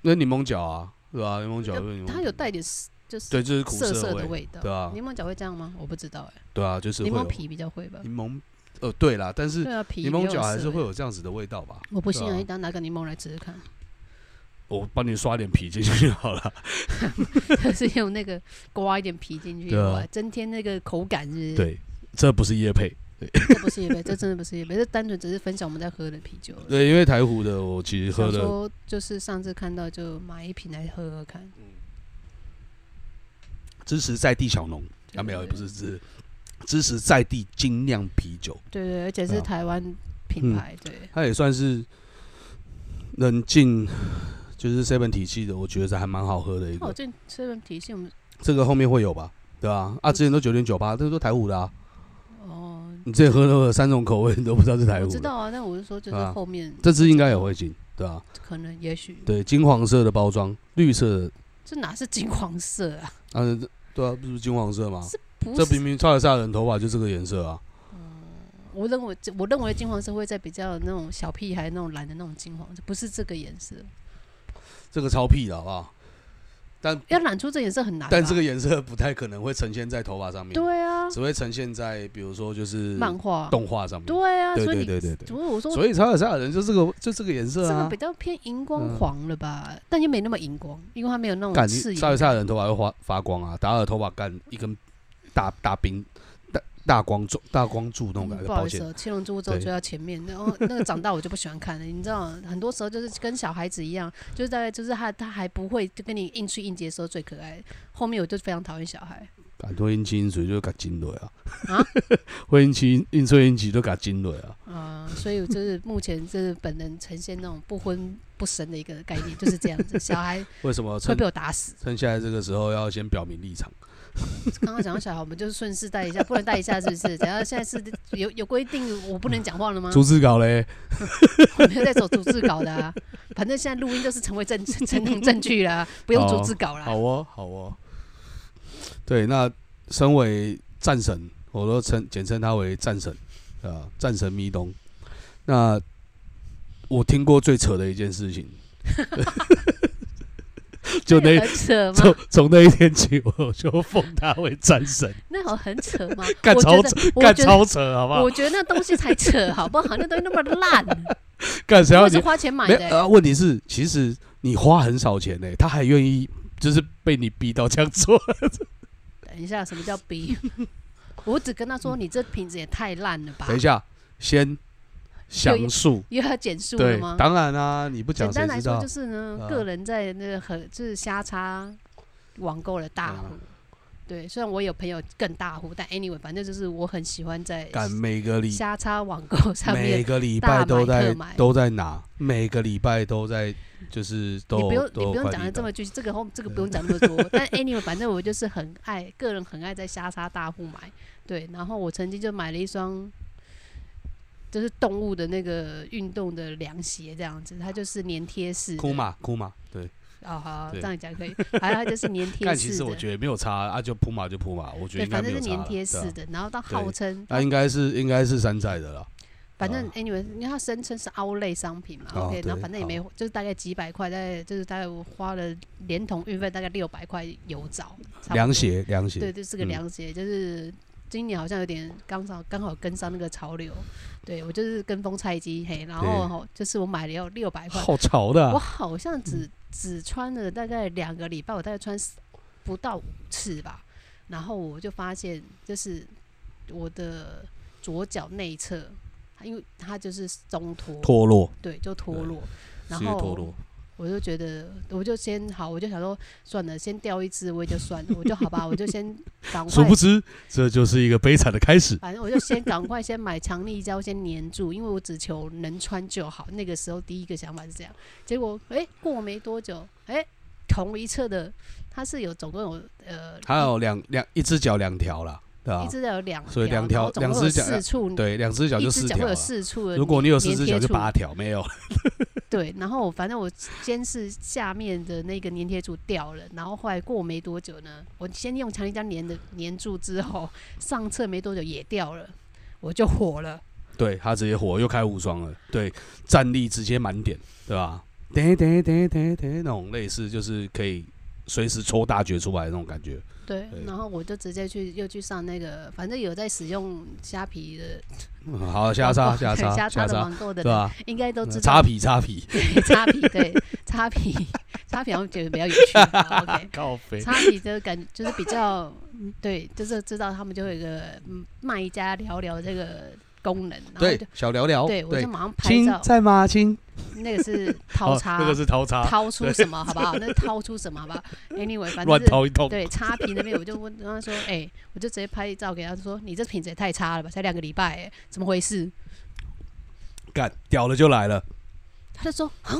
[SPEAKER 1] 那柠檬角啊，对吧、柠檬角就是柠檬
[SPEAKER 2] 它
[SPEAKER 1] 角
[SPEAKER 2] 有带点就是
[SPEAKER 1] 对，就是苦
[SPEAKER 2] 涩涩
[SPEAKER 1] 味，
[SPEAKER 2] 的味道。
[SPEAKER 1] 对啊
[SPEAKER 2] 柠檬角会这样吗？我不知道哎、
[SPEAKER 1] 对啊，就是
[SPEAKER 2] 柠
[SPEAKER 1] 会
[SPEAKER 2] 檬
[SPEAKER 1] 有
[SPEAKER 2] 皮比较会吧？
[SPEAKER 1] 柠檬，呃，对啦，但是
[SPEAKER 2] 对啊，皮
[SPEAKER 1] 柠檬
[SPEAKER 2] 比较
[SPEAKER 1] 角
[SPEAKER 2] 有
[SPEAKER 1] 还
[SPEAKER 2] 涩
[SPEAKER 1] 是会
[SPEAKER 2] 味。
[SPEAKER 1] 有这样子的味道吧？
[SPEAKER 2] 我不信
[SPEAKER 1] 对
[SPEAKER 2] 啊！
[SPEAKER 1] 啊
[SPEAKER 2] 你等下拿个柠檬来吃吃 看，
[SPEAKER 1] 我帮你刷点皮进去就好了。
[SPEAKER 2] 是用那个刮一点皮进去，
[SPEAKER 1] 对啊
[SPEAKER 2] 哇增添那个口感是不是，
[SPEAKER 1] 对，这不是叶配，
[SPEAKER 2] 这不是夜杯，这真的不是夜杯，这单纯只是分享我们在喝的啤酒而已。
[SPEAKER 1] 对，因为台湖的我其实喝
[SPEAKER 2] 想
[SPEAKER 1] 的
[SPEAKER 2] 说就是上次看到就买一瓶来喝喝看，
[SPEAKER 1] 嗯支持在地小农，啊没有，也不是支支持在地精酿啤酒，
[SPEAKER 2] 对对，而且
[SPEAKER 1] 对
[SPEAKER 2] 是
[SPEAKER 1] 啊嗯
[SPEAKER 2] 台湾品牌，对，
[SPEAKER 1] 它也算是能进就是 seven 体系的，我觉得还蛮好喝的一
[SPEAKER 2] 那我
[SPEAKER 1] 个。
[SPEAKER 2] 最这份体系我们
[SPEAKER 1] 这个后面会有吧？对啊，啊，之前都九点九八，这都台湖的啊。
[SPEAKER 2] 哦，
[SPEAKER 1] 你之前喝了三种口味，你都不知道是台湖
[SPEAKER 2] 我
[SPEAKER 1] 的。
[SPEAKER 2] 知道啊，但我是说就是
[SPEAKER 1] 对啊
[SPEAKER 2] 后面
[SPEAKER 1] 这支应该也会进，对啊，
[SPEAKER 2] 可能也许
[SPEAKER 1] 对，金黄色的包装，绿色的，
[SPEAKER 2] 这哪是金黄色啊？
[SPEAKER 1] 啊，这对啊，不是金黄色吗？
[SPEAKER 2] 是不
[SPEAKER 1] 这
[SPEAKER 2] 是
[SPEAKER 1] 明明超尔萨人头发就这个颜色啊，
[SPEAKER 2] 我认为我认为金黄色会在比较那种小屁孩那种蓝的那种金黄色，不是这个颜色。
[SPEAKER 1] 这个超屁的好不
[SPEAKER 2] 啊
[SPEAKER 1] 好？但
[SPEAKER 2] 要染出这颜色很难吧，
[SPEAKER 1] 但这个颜色不太可能会呈现在头发上面，
[SPEAKER 2] 啊对啊，
[SPEAKER 1] 只会呈现在比如说就是
[SPEAKER 2] 漫画，
[SPEAKER 1] 动画上面。
[SPEAKER 2] 对啊，
[SPEAKER 1] 对
[SPEAKER 2] 所以
[SPEAKER 1] 对
[SPEAKER 2] 你
[SPEAKER 1] 对对对，
[SPEAKER 2] 所以我说
[SPEAKER 1] 所以啊超尔萨人就这个就这个颜
[SPEAKER 2] 这
[SPEAKER 1] 色
[SPEAKER 2] 个
[SPEAKER 1] 啊
[SPEAKER 2] 比。较偏荧光
[SPEAKER 1] 嗯
[SPEAKER 2] 黄了吧，但又没那么荧光，因为它没有那
[SPEAKER 1] 干
[SPEAKER 2] 种刺
[SPEAKER 1] 你
[SPEAKER 2] 眼
[SPEAKER 1] 超尔
[SPEAKER 2] 感。
[SPEAKER 1] 萨人头发会发发光啊，达尔头发干一根大大冰大大光柱大光柱那种
[SPEAKER 2] 嗯
[SPEAKER 1] 感觉，
[SPEAKER 2] 不好
[SPEAKER 1] 抱
[SPEAKER 2] 意思
[SPEAKER 1] 歉，
[SPEAKER 2] 哦，七龙珠之后
[SPEAKER 1] 对
[SPEAKER 2] 追到前面，然后那个长大我就不喜欢看了。你知道，很多时候就是跟小孩子一样，就是大概就是他他还不会就跟你硬去硬接的时候最可爱，后面我就非常讨厌小孩。
[SPEAKER 1] 感多阴气阴水就给金落啊
[SPEAKER 2] 啊，
[SPEAKER 1] 会阴气阴水阴气都给金落啊。
[SPEAKER 2] 啊、所以我就是目前就是本人呈现那种不婚不生的一个概念，就是这样子。小 孩
[SPEAKER 1] 为什么
[SPEAKER 2] 会
[SPEAKER 1] 趁
[SPEAKER 2] 被我打死。
[SPEAKER 1] 趁现在这个时候要先表明立场？
[SPEAKER 2] 刚刚讲到小孩，我们就是顺势带一下，不能带一下是不是？等下现在是有有规定，我不能讲话了吗？
[SPEAKER 1] 逐字稿嘞，
[SPEAKER 2] 我没有在走逐字稿的、啊，反正 现在录音就是成为证成成证据啦，啊不用逐字稿啦。
[SPEAKER 1] 好哦，好哦。对，那身为战神，我都称简称他为战神，啊，战神咪东。那我听过最扯的一件 事情， 就
[SPEAKER 2] 那
[SPEAKER 1] 那
[SPEAKER 2] 有很扯吗？
[SPEAKER 1] 从从那一天起，我就奉他为战神，
[SPEAKER 2] 那有很扯吗？
[SPEAKER 1] 干
[SPEAKER 2] 我
[SPEAKER 1] 超
[SPEAKER 2] 觉
[SPEAKER 1] 扯
[SPEAKER 2] 得，我
[SPEAKER 1] 干
[SPEAKER 2] 觉得，
[SPEAKER 1] 超扯，好不好
[SPEAKER 2] 我？觉得那东西才扯，好不好？那东西那么 烂，
[SPEAKER 1] 干谁要
[SPEAKER 2] 我是
[SPEAKER 1] 你？
[SPEAKER 2] 花钱买
[SPEAKER 1] 没
[SPEAKER 2] 的
[SPEAKER 1] 有
[SPEAKER 2] 欸、
[SPEAKER 1] 呃，问题是，其实你花很少钱呢、他还愿意就是被你逼到这样做，
[SPEAKER 2] 等一下，什么叫逼？我只跟他说，你这瓶子也太烂了吧
[SPEAKER 1] 等一？下，先详述。
[SPEAKER 2] 又要减速了
[SPEAKER 1] 对
[SPEAKER 2] 吗，？
[SPEAKER 1] 当然啦、啊你不
[SPEAKER 2] 简
[SPEAKER 1] 讲谁
[SPEAKER 2] 单来
[SPEAKER 1] 知
[SPEAKER 2] 说
[SPEAKER 1] 道
[SPEAKER 2] 就？是呢，
[SPEAKER 1] 啊
[SPEAKER 2] 个人在那个很就是瞎插网购的大
[SPEAKER 1] 啊
[SPEAKER 2] 户。对，虽然我有朋友更大户，但 anyway，反正就是我很喜欢在
[SPEAKER 1] 敢每个礼
[SPEAKER 2] 瞎插网购上
[SPEAKER 1] 每
[SPEAKER 2] 面。
[SPEAKER 1] 个礼
[SPEAKER 2] 大
[SPEAKER 1] 拜
[SPEAKER 2] 买
[SPEAKER 1] 都在
[SPEAKER 2] 特买
[SPEAKER 1] 都在拿，每个礼拜都在就是都
[SPEAKER 2] 你不用，你
[SPEAKER 1] 都有
[SPEAKER 2] 不用
[SPEAKER 1] 快嗯
[SPEAKER 2] 讲的
[SPEAKER 1] 递
[SPEAKER 2] 这
[SPEAKER 1] 到
[SPEAKER 2] 么具体，这个后这个不用讲那么 多。但 anyway，反正我就是很爱，个人很爱在瞎插大户买。对，然后我曾经就买了一双，就是动物的那个运动的凉鞋，这样子，它就是粘贴式的。
[SPEAKER 1] 哭嘛哭嘛，对。
[SPEAKER 2] 哦，好，这
[SPEAKER 1] 对
[SPEAKER 2] 样讲可以。反正它就是 粘贴
[SPEAKER 1] 但
[SPEAKER 2] 式
[SPEAKER 1] 其
[SPEAKER 2] 的。
[SPEAKER 1] 实我觉得没有差啊，就铺嘛就铺嘛，我觉得
[SPEAKER 2] 对，
[SPEAKER 1] 应该
[SPEAKER 2] 反
[SPEAKER 1] 没
[SPEAKER 2] 正
[SPEAKER 1] 有
[SPEAKER 2] 是
[SPEAKER 1] 差啦。
[SPEAKER 2] 粘贴
[SPEAKER 1] 对啊
[SPEAKER 2] 式的，然后到
[SPEAKER 1] 对
[SPEAKER 2] 号称，
[SPEAKER 1] 那应该是应该是山寨的啦，
[SPEAKER 2] 反正
[SPEAKER 1] 啊
[SPEAKER 2] anyway，因为它声称是凹类商品嘛
[SPEAKER 1] 哦
[SPEAKER 2] ，OK，然后
[SPEAKER 1] 对
[SPEAKER 2] 反正也没就是大概几百块，大概就是大概我花了连同运费大概六百块油找，差不
[SPEAKER 1] 凉
[SPEAKER 2] 多，
[SPEAKER 1] 鞋凉鞋。
[SPEAKER 2] 对，就是个
[SPEAKER 1] 嗯
[SPEAKER 2] 凉鞋，就是今年好像有点刚好刚好跟上那个潮流，对我就是跟风菜鸡嘿，然后
[SPEAKER 1] 对
[SPEAKER 2] 吼就是我买了要六百块，
[SPEAKER 1] 好潮的
[SPEAKER 2] 我
[SPEAKER 1] 啊，
[SPEAKER 2] 好像只只穿了大概两个礼拜，我大概穿四不到五次吧。然后我就发现，就是我的左脚内侧，因为它就是松脱，
[SPEAKER 1] 脱落，
[SPEAKER 2] 对，就脱
[SPEAKER 1] 对
[SPEAKER 2] 落。然
[SPEAKER 1] 是脱
[SPEAKER 2] 后
[SPEAKER 1] 落。
[SPEAKER 2] 我就觉得，我就先好，我就想说，算了，先掉一只我也就算了，我就好吧，我就先 赶
[SPEAKER 1] 殊
[SPEAKER 2] 快
[SPEAKER 1] 不知，这就是一个悲惨的开始。
[SPEAKER 2] 反正我就先赶快先买强力胶先粘住，因为我只求能穿就好。那个时候第一个想法是这样，结果哎、诶过没多久，哎、同一侧的它是有总共有呃，
[SPEAKER 1] 还有两两一只脚两条啦，对吧、
[SPEAKER 2] 一只脚有两条，
[SPEAKER 1] 啊所以两条
[SPEAKER 2] 然后总共有
[SPEAKER 1] 两只脚
[SPEAKER 2] 四处，
[SPEAKER 1] 对，两只脚
[SPEAKER 2] 一
[SPEAKER 1] 就
[SPEAKER 2] 只
[SPEAKER 1] 四
[SPEAKER 2] 脚
[SPEAKER 1] 条啦
[SPEAKER 2] 会有。四处的连。
[SPEAKER 1] 如果你有四
[SPEAKER 2] 连
[SPEAKER 1] 只
[SPEAKER 2] 贴
[SPEAKER 1] 脚，就
[SPEAKER 2] 处
[SPEAKER 1] 八条，没有。
[SPEAKER 2] 对，然后反正我先是下面的那个粘贴处掉了，然后后来过没多久呢，我先用强力胶粘的粘住之后，上侧没多久也掉了，我就火了。
[SPEAKER 1] 对他直接火又开无双了，对，战力直接满点，对吧？得得得得得，那种类似就是可以随时抽大绝出来的那种感觉。
[SPEAKER 2] 对
[SPEAKER 1] 对，
[SPEAKER 2] 然后我就直接去又去上那个，反正有在使用虾皮的
[SPEAKER 1] 嗯好，下杀
[SPEAKER 2] 网购
[SPEAKER 1] 下
[SPEAKER 2] 哦对
[SPEAKER 1] 杀下
[SPEAKER 2] 虾叉的
[SPEAKER 1] 杀，
[SPEAKER 2] 网购的
[SPEAKER 1] 对
[SPEAKER 2] 人，
[SPEAKER 1] 吧？
[SPEAKER 2] 应该都知道
[SPEAKER 1] 擦皮擦皮，
[SPEAKER 2] 对擦皮，对擦皮，擦皮，我觉得比较有趣。好 OK，
[SPEAKER 1] 靠肥
[SPEAKER 2] 擦皮的感就是比较，嗯对，就是知道他们就有一个嗯卖家聊聊这个功能，然后
[SPEAKER 1] 对
[SPEAKER 2] 就，
[SPEAKER 1] 小聊聊，
[SPEAKER 2] 对，我就马上拍
[SPEAKER 1] 亲
[SPEAKER 2] 照，
[SPEAKER 1] 在吗？亲，
[SPEAKER 2] 那个是
[SPEAKER 1] 哦
[SPEAKER 2] 掏叉，
[SPEAKER 1] 那个是掏叉，
[SPEAKER 2] 掏出什么好不好？那是掏出什么 好不好？Anyway，反正
[SPEAKER 1] 乱
[SPEAKER 2] 是
[SPEAKER 1] 掏一通，
[SPEAKER 2] 对差评那边，我就问跟他说，哎、我就直接拍照给他说，你这品质也太差了吧，才两个礼拜、哎，怎么回事？
[SPEAKER 1] 干屌了就来了，
[SPEAKER 2] 他就说啊，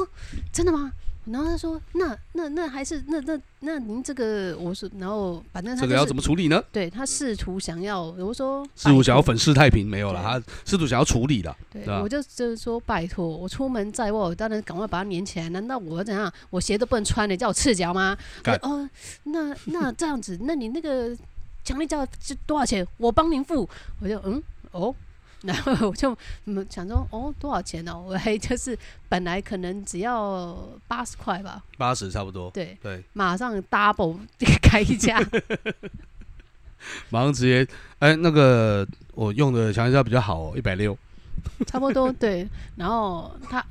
[SPEAKER 2] 真的吗？然后他说那那那还是那那那您这个我说，然后反正他、
[SPEAKER 1] 这
[SPEAKER 2] 就是、
[SPEAKER 1] 个要怎么处理呢？
[SPEAKER 2] 对他试图想要，我说
[SPEAKER 1] 试图想要
[SPEAKER 2] 拜托
[SPEAKER 1] 粉饰太平没有了，啊
[SPEAKER 2] 对
[SPEAKER 1] 他试图想要处理了，
[SPEAKER 2] 对，
[SPEAKER 1] 对啊
[SPEAKER 2] 我就就是说拜托，我出门在外，我当然赶快把它粘起来。难道我要怎样？我鞋都不能穿，你叫我赤脚吗？
[SPEAKER 1] 干
[SPEAKER 2] 我说哦，那那这样子，那你那个强力胶是多少钱？我帮您付。我就嗯哦。 然后我就嗯想说，哦，多少钱呢、我还就是本来可能只要八十块吧，
[SPEAKER 1] 八十差不多，
[SPEAKER 2] 对，
[SPEAKER 1] 对，
[SPEAKER 2] 马上 double 开价，
[SPEAKER 1] 马上直接，哎，那个我用的强力胶比较好哦，一百六，
[SPEAKER 2] 差不多对。然后他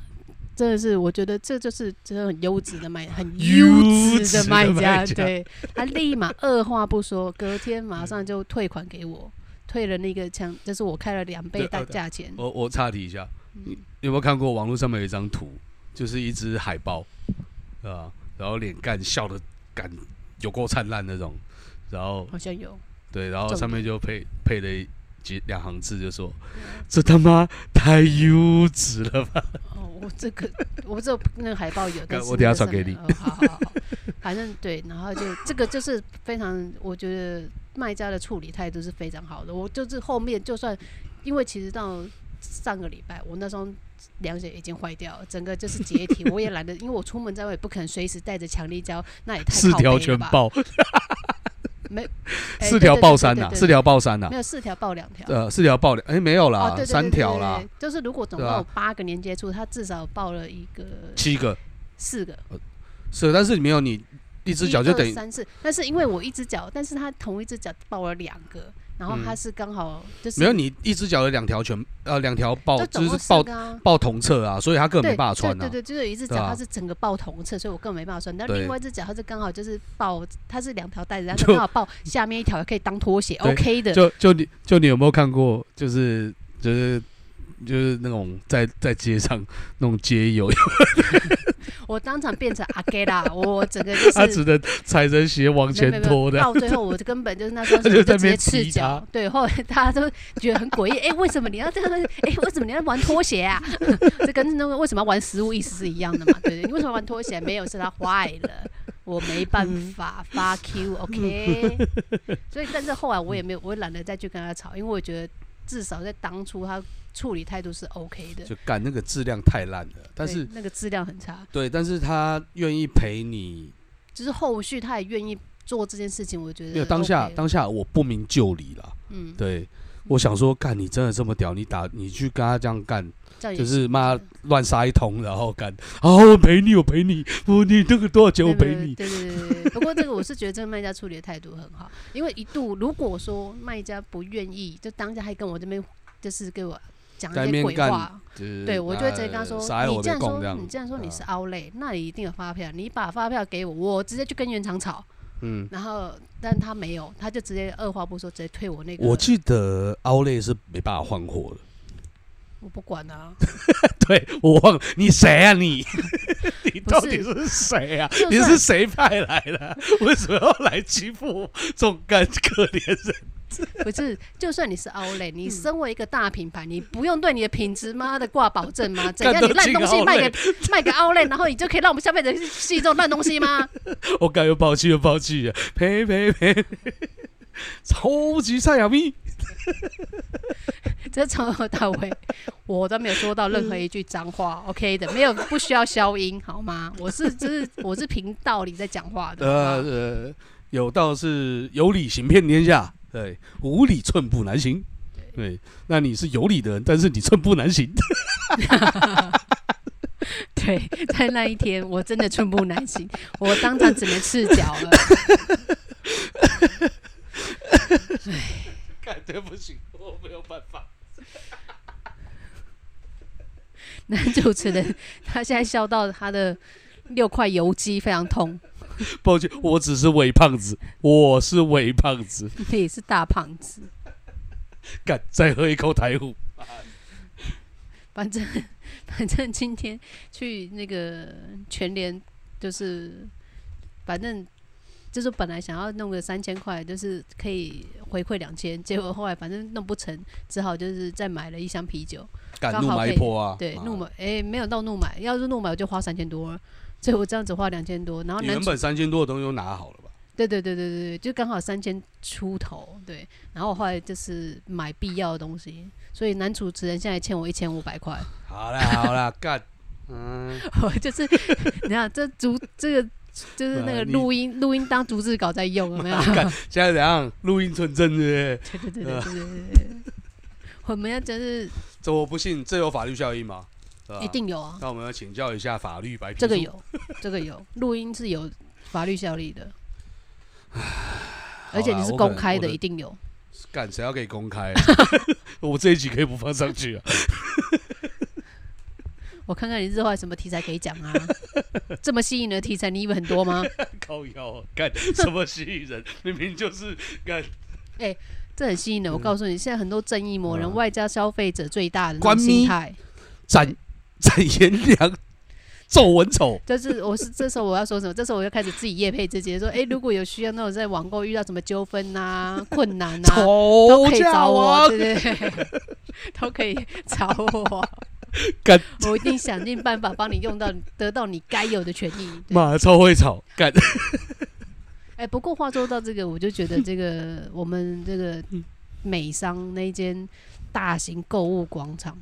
[SPEAKER 2] 真的是，我觉得这就是真的很优质的卖，很
[SPEAKER 1] 优
[SPEAKER 2] 优质
[SPEAKER 1] 质
[SPEAKER 2] 的
[SPEAKER 1] 的
[SPEAKER 2] 卖
[SPEAKER 1] 卖
[SPEAKER 2] 家。
[SPEAKER 1] 家
[SPEAKER 2] 对，他立马二话不说，隔天马上就退款给我，退了那个枪，就是我开了两倍
[SPEAKER 1] 对
[SPEAKER 2] 大
[SPEAKER 1] 呃
[SPEAKER 2] 价钱。
[SPEAKER 1] 我我岔题一下，你
[SPEAKER 2] 嗯
[SPEAKER 1] 你有没有看过网络上面有一张图，就是一只海豹，啊，然后脸干笑的干有够灿烂那种，然后
[SPEAKER 2] 好像有，
[SPEAKER 1] 对，然后
[SPEAKER 2] 重
[SPEAKER 1] 上面
[SPEAKER 2] 点
[SPEAKER 1] 就配配了一几两行字，就说
[SPEAKER 2] 嗯
[SPEAKER 1] 这他妈太优质了吧，
[SPEAKER 2] 哦，我这个我这那个海 报有，但
[SPEAKER 1] 干
[SPEAKER 2] 是
[SPEAKER 1] 我等下
[SPEAKER 2] 那
[SPEAKER 1] 传
[SPEAKER 2] 个上
[SPEAKER 1] 给
[SPEAKER 2] 面
[SPEAKER 1] 你
[SPEAKER 2] 哦好好好好，反正对，然后就这个就是非常，我觉得卖家的处理态度是非常好的。我就是后面就算，因为其实到上个礼拜，我那双凉鞋已经坏掉了，整个就是解体，我也懒得，因为我出门在外也不可能随时带着强力胶，那也太
[SPEAKER 1] 四
[SPEAKER 2] 靠
[SPEAKER 1] 条
[SPEAKER 2] 背了
[SPEAKER 1] 全
[SPEAKER 2] 吧，
[SPEAKER 1] 爆，
[SPEAKER 2] 哎
[SPEAKER 1] 四
[SPEAKER 2] 对
[SPEAKER 1] 条
[SPEAKER 2] 对
[SPEAKER 1] 爆
[SPEAKER 2] 对
[SPEAKER 1] 三
[SPEAKER 2] 对
[SPEAKER 1] 呐，
[SPEAKER 2] 对
[SPEAKER 1] 四条爆啊三呐
[SPEAKER 2] 没，有四条爆两条。
[SPEAKER 1] 呃，四条爆两，哎，没有
[SPEAKER 2] 哦，
[SPEAKER 1] 啦
[SPEAKER 2] 对，对
[SPEAKER 1] 三
[SPEAKER 2] 对对
[SPEAKER 1] 条
[SPEAKER 2] 对
[SPEAKER 1] 啦，
[SPEAKER 2] 就是如果总
[SPEAKER 1] 对
[SPEAKER 2] 共
[SPEAKER 1] 啊
[SPEAKER 2] 有八个连接处，它至少爆了一个
[SPEAKER 1] 七个
[SPEAKER 2] 四个，
[SPEAKER 1] 是，但是没有你一只脚就等
[SPEAKER 2] 一
[SPEAKER 1] 于
[SPEAKER 2] 二三次，但是因为我一只脚，但是他同一只脚抱了两个，然后
[SPEAKER 1] 嗯
[SPEAKER 2] 他是刚好就是
[SPEAKER 1] 没有你一只脚的两条全呃两条爆
[SPEAKER 2] 就
[SPEAKER 1] 就
[SPEAKER 2] 总
[SPEAKER 1] 是
[SPEAKER 2] 共四
[SPEAKER 1] 爆
[SPEAKER 2] 个啊。
[SPEAKER 1] 爆同侧啊，所以他根本
[SPEAKER 2] 对，
[SPEAKER 1] 没办法穿
[SPEAKER 2] 对
[SPEAKER 1] 啊
[SPEAKER 2] 对。对，就是有一只脚
[SPEAKER 1] 对啊
[SPEAKER 2] 它是整个抱同侧，所以我根本没办法穿。但
[SPEAKER 1] 对
[SPEAKER 2] 另外一只脚它是刚好就是抱，它是两条带子，它
[SPEAKER 1] 就
[SPEAKER 2] 刚好抱下面一条可以当拖鞋
[SPEAKER 1] 对
[SPEAKER 2] ，OK 的。
[SPEAKER 1] 就就你就你有没有看过，就是就是就是那种在在街上那种街友，
[SPEAKER 2] 我当场变成阿 g 啦，我整个就
[SPEAKER 1] 他
[SPEAKER 2] 是
[SPEAKER 1] 只能踩着鞋往
[SPEAKER 2] 没有没
[SPEAKER 1] 前
[SPEAKER 2] 有
[SPEAKER 1] 拖的，
[SPEAKER 2] 到最后我就根本就是那时候
[SPEAKER 1] 他
[SPEAKER 2] 就
[SPEAKER 1] 就在那
[SPEAKER 2] 直
[SPEAKER 1] 边
[SPEAKER 2] 接
[SPEAKER 1] 踢
[SPEAKER 2] 赤
[SPEAKER 1] 他
[SPEAKER 2] 脚，对，后来大家都觉得很诡异， 哎、为什么你要这样？哎、为什么你要玩拖鞋啊？ 这跟那个为什么要玩食物意思是一样的嘛，对不对？你为什么玩拖鞋？没有，是它坏了，我没办法
[SPEAKER 1] 嗯
[SPEAKER 2] 发 Q，OK、所以，但是后来我也没有，我也懒得再去跟他吵，因为我觉得至少在当初他处理态度是 OK 的，
[SPEAKER 1] 就干那个质量太烂了。但
[SPEAKER 2] 对
[SPEAKER 1] 是
[SPEAKER 2] 那个质量很差，
[SPEAKER 1] 对，但是他愿意陪你，
[SPEAKER 2] 就是后续他也愿意做这件事情，我觉得、
[SPEAKER 1] 没有当下当下我不明就里了。
[SPEAKER 2] 嗯，
[SPEAKER 1] 对，我想说，干你真的这么屌，你打你去跟他这样干，
[SPEAKER 2] 这样也
[SPEAKER 1] 就是
[SPEAKER 2] 行
[SPEAKER 1] 妈乱杀一通，然后干，啊我赔你，我赔你，我你这个多少钱我
[SPEAKER 2] 对
[SPEAKER 1] 赔你，
[SPEAKER 2] 对对对对对。不过这个我是觉得这个卖家处理的态度很好，因为一度如果说卖家不愿意，就当家还跟我这边就是给我讲
[SPEAKER 1] 在
[SPEAKER 2] 一
[SPEAKER 1] 那
[SPEAKER 2] 些
[SPEAKER 1] 边
[SPEAKER 2] 鬼
[SPEAKER 1] 干
[SPEAKER 2] 话，
[SPEAKER 1] 就是
[SPEAKER 2] 对我就会直接跟他
[SPEAKER 1] 呃
[SPEAKER 2] 说，
[SPEAKER 1] 杀了
[SPEAKER 2] 你
[SPEAKER 1] 我
[SPEAKER 2] 既
[SPEAKER 1] 的
[SPEAKER 2] 然
[SPEAKER 1] 供这
[SPEAKER 2] 说
[SPEAKER 1] 样
[SPEAKER 2] 你，既然说
[SPEAKER 1] 对
[SPEAKER 2] 你
[SPEAKER 1] 啊
[SPEAKER 2] 是 o u t l a 那你一定有发票，你把发票给我，我直接去跟原厂吵。
[SPEAKER 1] 嗯。
[SPEAKER 2] 然后但他没有，他就直接二话不说直接退我那个，
[SPEAKER 1] 我记得奥莱是没办法换货的。
[SPEAKER 2] 我不管啊，
[SPEAKER 1] 对，我忘了你谁啊你？ 你
[SPEAKER 2] 不
[SPEAKER 1] 到底是
[SPEAKER 2] 是
[SPEAKER 1] 谁啊
[SPEAKER 2] 就？
[SPEAKER 1] 你
[SPEAKER 2] 算
[SPEAKER 1] 是谁派来的？为什么要来欺负我这种干可怜人？
[SPEAKER 2] 不是，就算你是
[SPEAKER 1] 嗯
[SPEAKER 2] Outlet，你身为一个大品牌，你不用对你的品质妈的挂保证 吗？怎样
[SPEAKER 1] 干
[SPEAKER 2] 你
[SPEAKER 1] 得
[SPEAKER 2] 烂
[SPEAKER 1] 进
[SPEAKER 2] 东西
[SPEAKER 1] Outlet
[SPEAKER 2] 卖给卖给 Outlet，然后你就可以让我们消费者去吸这种烂东西吗？
[SPEAKER 1] 我感觉爆气就爆气了，呸呸呸！ 超级菜鸟咪，
[SPEAKER 2] 这从头到尾我都没有说到任何一句脏 话，OK 的，没有不需要消音好吗？我是就是我是凭道理在讲话的。
[SPEAKER 1] 呃
[SPEAKER 2] 好吗
[SPEAKER 1] 呃，有道是有理行遍天下，对，无理寸步难行。对，那你是有理的人，但是你寸步难 行。
[SPEAKER 2] 对，在那一天我真的寸步难行， 我当场只能赤脚了。
[SPEAKER 1] 看，对不起，我没有办法。
[SPEAKER 2] 男主持人他现在笑到他的六块油肌非常痛，
[SPEAKER 1] 抱歉，我只是伪胖子，我是伪胖子。
[SPEAKER 2] 你也是大胖子。
[SPEAKER 1] 干，再喝一口台虎。
[SPEAKER 2] 反正反正今天去那个全联，就是反正就是本来想要弄个三千块，就是可以回馈两千，结果后来反正弄不成，只好就是再买了一箱啤酒。
[SPEAKER 1] 干
[SPEAKER 2] 刚
[SPEAKER 1] 怒
[SPEAKER 2] 好
[SPEAKER 1] 买
[SPEAKER 2] 可
[SPEAKER 1] 一
[SPEAKER 2] 以
[SPEAKER 1] 波啊！
[SPEAKER 2] 对，
[SPEAKER 1] 啊
[SPEAKER 2] 怒买诶，没有到怒买，要是怒买我就花三千多了，所以我这样子花两千多，然后
[SPEAKER 1] 你
[SPEAKER 2] 男
[SPEAKER 1] 原
[SPEAKER 2] 主
[SPEAKER 1] 本三千多的东西都拿好了吧？
[SPEAKER 2] 对对对对对对，就刚好三千出头，对。然后我后来就是买必要的东西，所以男主持人现在欠我一千五百块。
[SPEAKER 1] 好啦好啦，干，嗯，
[SPEAKER 2] 我 就是，你看这逐这个就是那
[SPEAKER 1] 啊
[SPEAKER 2] 个
[SPEAKER 1] 你
[SPEAKER 2] 录音录音当逐字稿在用，有没有？
[SPEAKER 1] 干，现在怎样？录音存证是不是？
[SPEAKER 2] 对对对对
[SPEAKER 1] 啊
[SPEAKER 2] 对对对对。我们要就是
[SPEAKER 1] 这我不信，这有法律效应吗？对吧
[SPEAKER 2] 一。定有啊，
[SPEAKER 1] 那我们要请教一下法律白皮书。
[SPEAKER 2] 这个有，这个有，录音是有法律效力的，
[SPEAKER 1] 好啦，
[SPEAKER 2] 而且你是
[SPEAKER 1] 我可
[SPEAKER 2] 公
[SPEAKER 1] 能
[SPEAKER 2] 开
[SPEAKER 1] 我
[SPEAKER 2] 的，一定有。
[SPEAKER 1] 干，谁要给公开？啊 我这一集可以不放上去啊！
[SPEAKER 2] 我看看你日后有什么题材可以讲啊？ 这么吸引人的题材，你以为很多吗？
[SPEAKER 1] 靠腰啊，干什么吸引人？明明就是干
[SPEAKER 2] 这很吸引人。我告诉你，现在很多正义魔人，
[SPEAKER 1] 嗯
[SPEAKER 2] 外加消费者最大的那
[SPEAKER 1] 官
[SPEAKER 2] 种
[SPEAKER 1] 咪
[SPEAKER 2] 心态，
[SPEAKER 1] 展展颜良，皱文丑，
[SPEAKER 2] 就是我是这时候我要说什么？这时候我就开始自己业配自己说，哎、如果有需要那种在网购遇到什么纠纷呐、困难呐、都
[SPEAKER 1] 丑
[SPEAKER 2] 可以
[SPEAKER 1] 嫁
[SPEAKER 2] 找
[SPEAKER 1] 王
[SPEAKER 2] 我，。对对对， 都可以找我
[SPEAKER 1] 干，
[SPEAKER 2] 我一定想尽办法帮你用到得到你该有的权益。对，
[SPEAKER 1] 妈超会吵，干
[SPEAKER 2] 哎、不过话说到这个，我就觉得这个我们这个美商那间大型购物广场，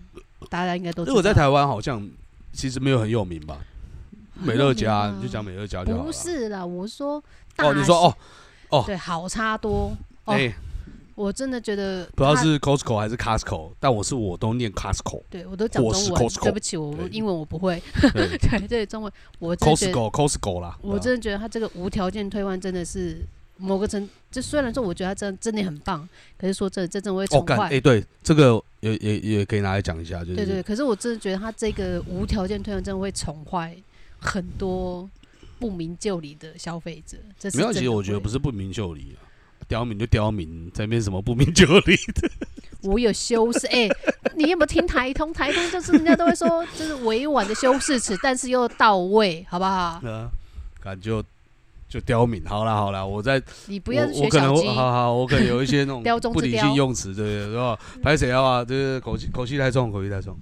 [SPEAKER 2] 大家应该都知
[SPEAKER 1] 如果
[SPEAKER 2] 道。
[SPEAKER 1] 在台湾好像其实没有很有名吧？美乐家，
[SPEAKER 2] 很有名吗
[SPEAKER 1] 你就讲美乐家就好了。
[SPEAKER 2] 不是啦，我说大
[SPEAKER 1] 哦，你说哦，哦
[SPEAKER 2] 对，好差多。哦
[SPEAKER 1] 哎，
[SPEAKER 2] 我真的觉得
[SPEAKER 1] 不知道
[SPEAKER 2] 它
[SPEAKER 1] 是 Costco 还是 Costco，但我是我都念 Costco
[SPEAKER 2] 对我都讲
[SPEAKER 1] 或
[SPEAKER 2] 中
[SPEAKER 1] 是
[SPEAKER 2] 文，
[SPEAKER 1] Costco，
[SPEAKER 2] 对不起，我
[SPEAKER 1] 对
[SPEAKER 2] 英文我不会。
[SPEAKER 1] 对
[SPEAKER 2] 对对，中文我真的觉得，
[SPEAKER 1] Costco Costco 啦。
[SPEAKER 2] 我
[SPEAKER 1] 对
[SPEAKER 2] 真的觉得他这个无条件退换真的是某个程，就虽然说我觉得他真真的很棒，可是说真的，这真的会
[SPEAKER 1] 啊哦
[SPEAKER 2] 宠
[SPEAKER 1] 干
[SPEAKER 2] 坏。
[SPEAKER 1] 哎，对这个也也也可以拿来讲一下，就
[SPEAKER 2] 对对，
[SPEAKER 1] 是
[SPEAKER 2] 可是我真的觉得他这个无条件退换真的会宠坏很多不明就里的消费者。这是
[SPEAKER 1] 没有，其
[SPEAKER 2] 真
[SPEAKER 1] 实
[SPEAKER 2] 的
[SPEAKER 1] 我觉得
[SPEAKER 2] 会
[SPEAKER 1] 不是不明就里啊，刁民就刁民，在那边什么不明就里，
[SPEAKER 2] 我有修饰，哎、 你有没有听台通？台通就是人家都会说，就是委婉的修饰词，但是又到位，好不好？
[SPEAKER 1] 啊，感觉就刁民。好啦好啦，我在
[SPEAKER 2] 你不
[SPEAKER 1] 我
[SPEAKER 2] 要
[SPEAKER 1] 我
[SPEAKER 2] 学
[SPEAKER 1] 可
[SPEAKER 2] 小
[SPEAKER 1] 能
[SPEAKER 2] 鸡
[SPEAKER 1] 会，好好，我可能有一些那
[SPEAKER 2] 雕
[SPEAKER 1] 种
[SPEAKER 2] 中
[SPEAKER 1] 不
[SPEAKER 2] 之
[SPEAKER 1] 理
[SPEAKER 2] 雕
[SPEAKER 1] 性用词，对对对吧？拍谁要啊？就是口气口气太重，口气太重，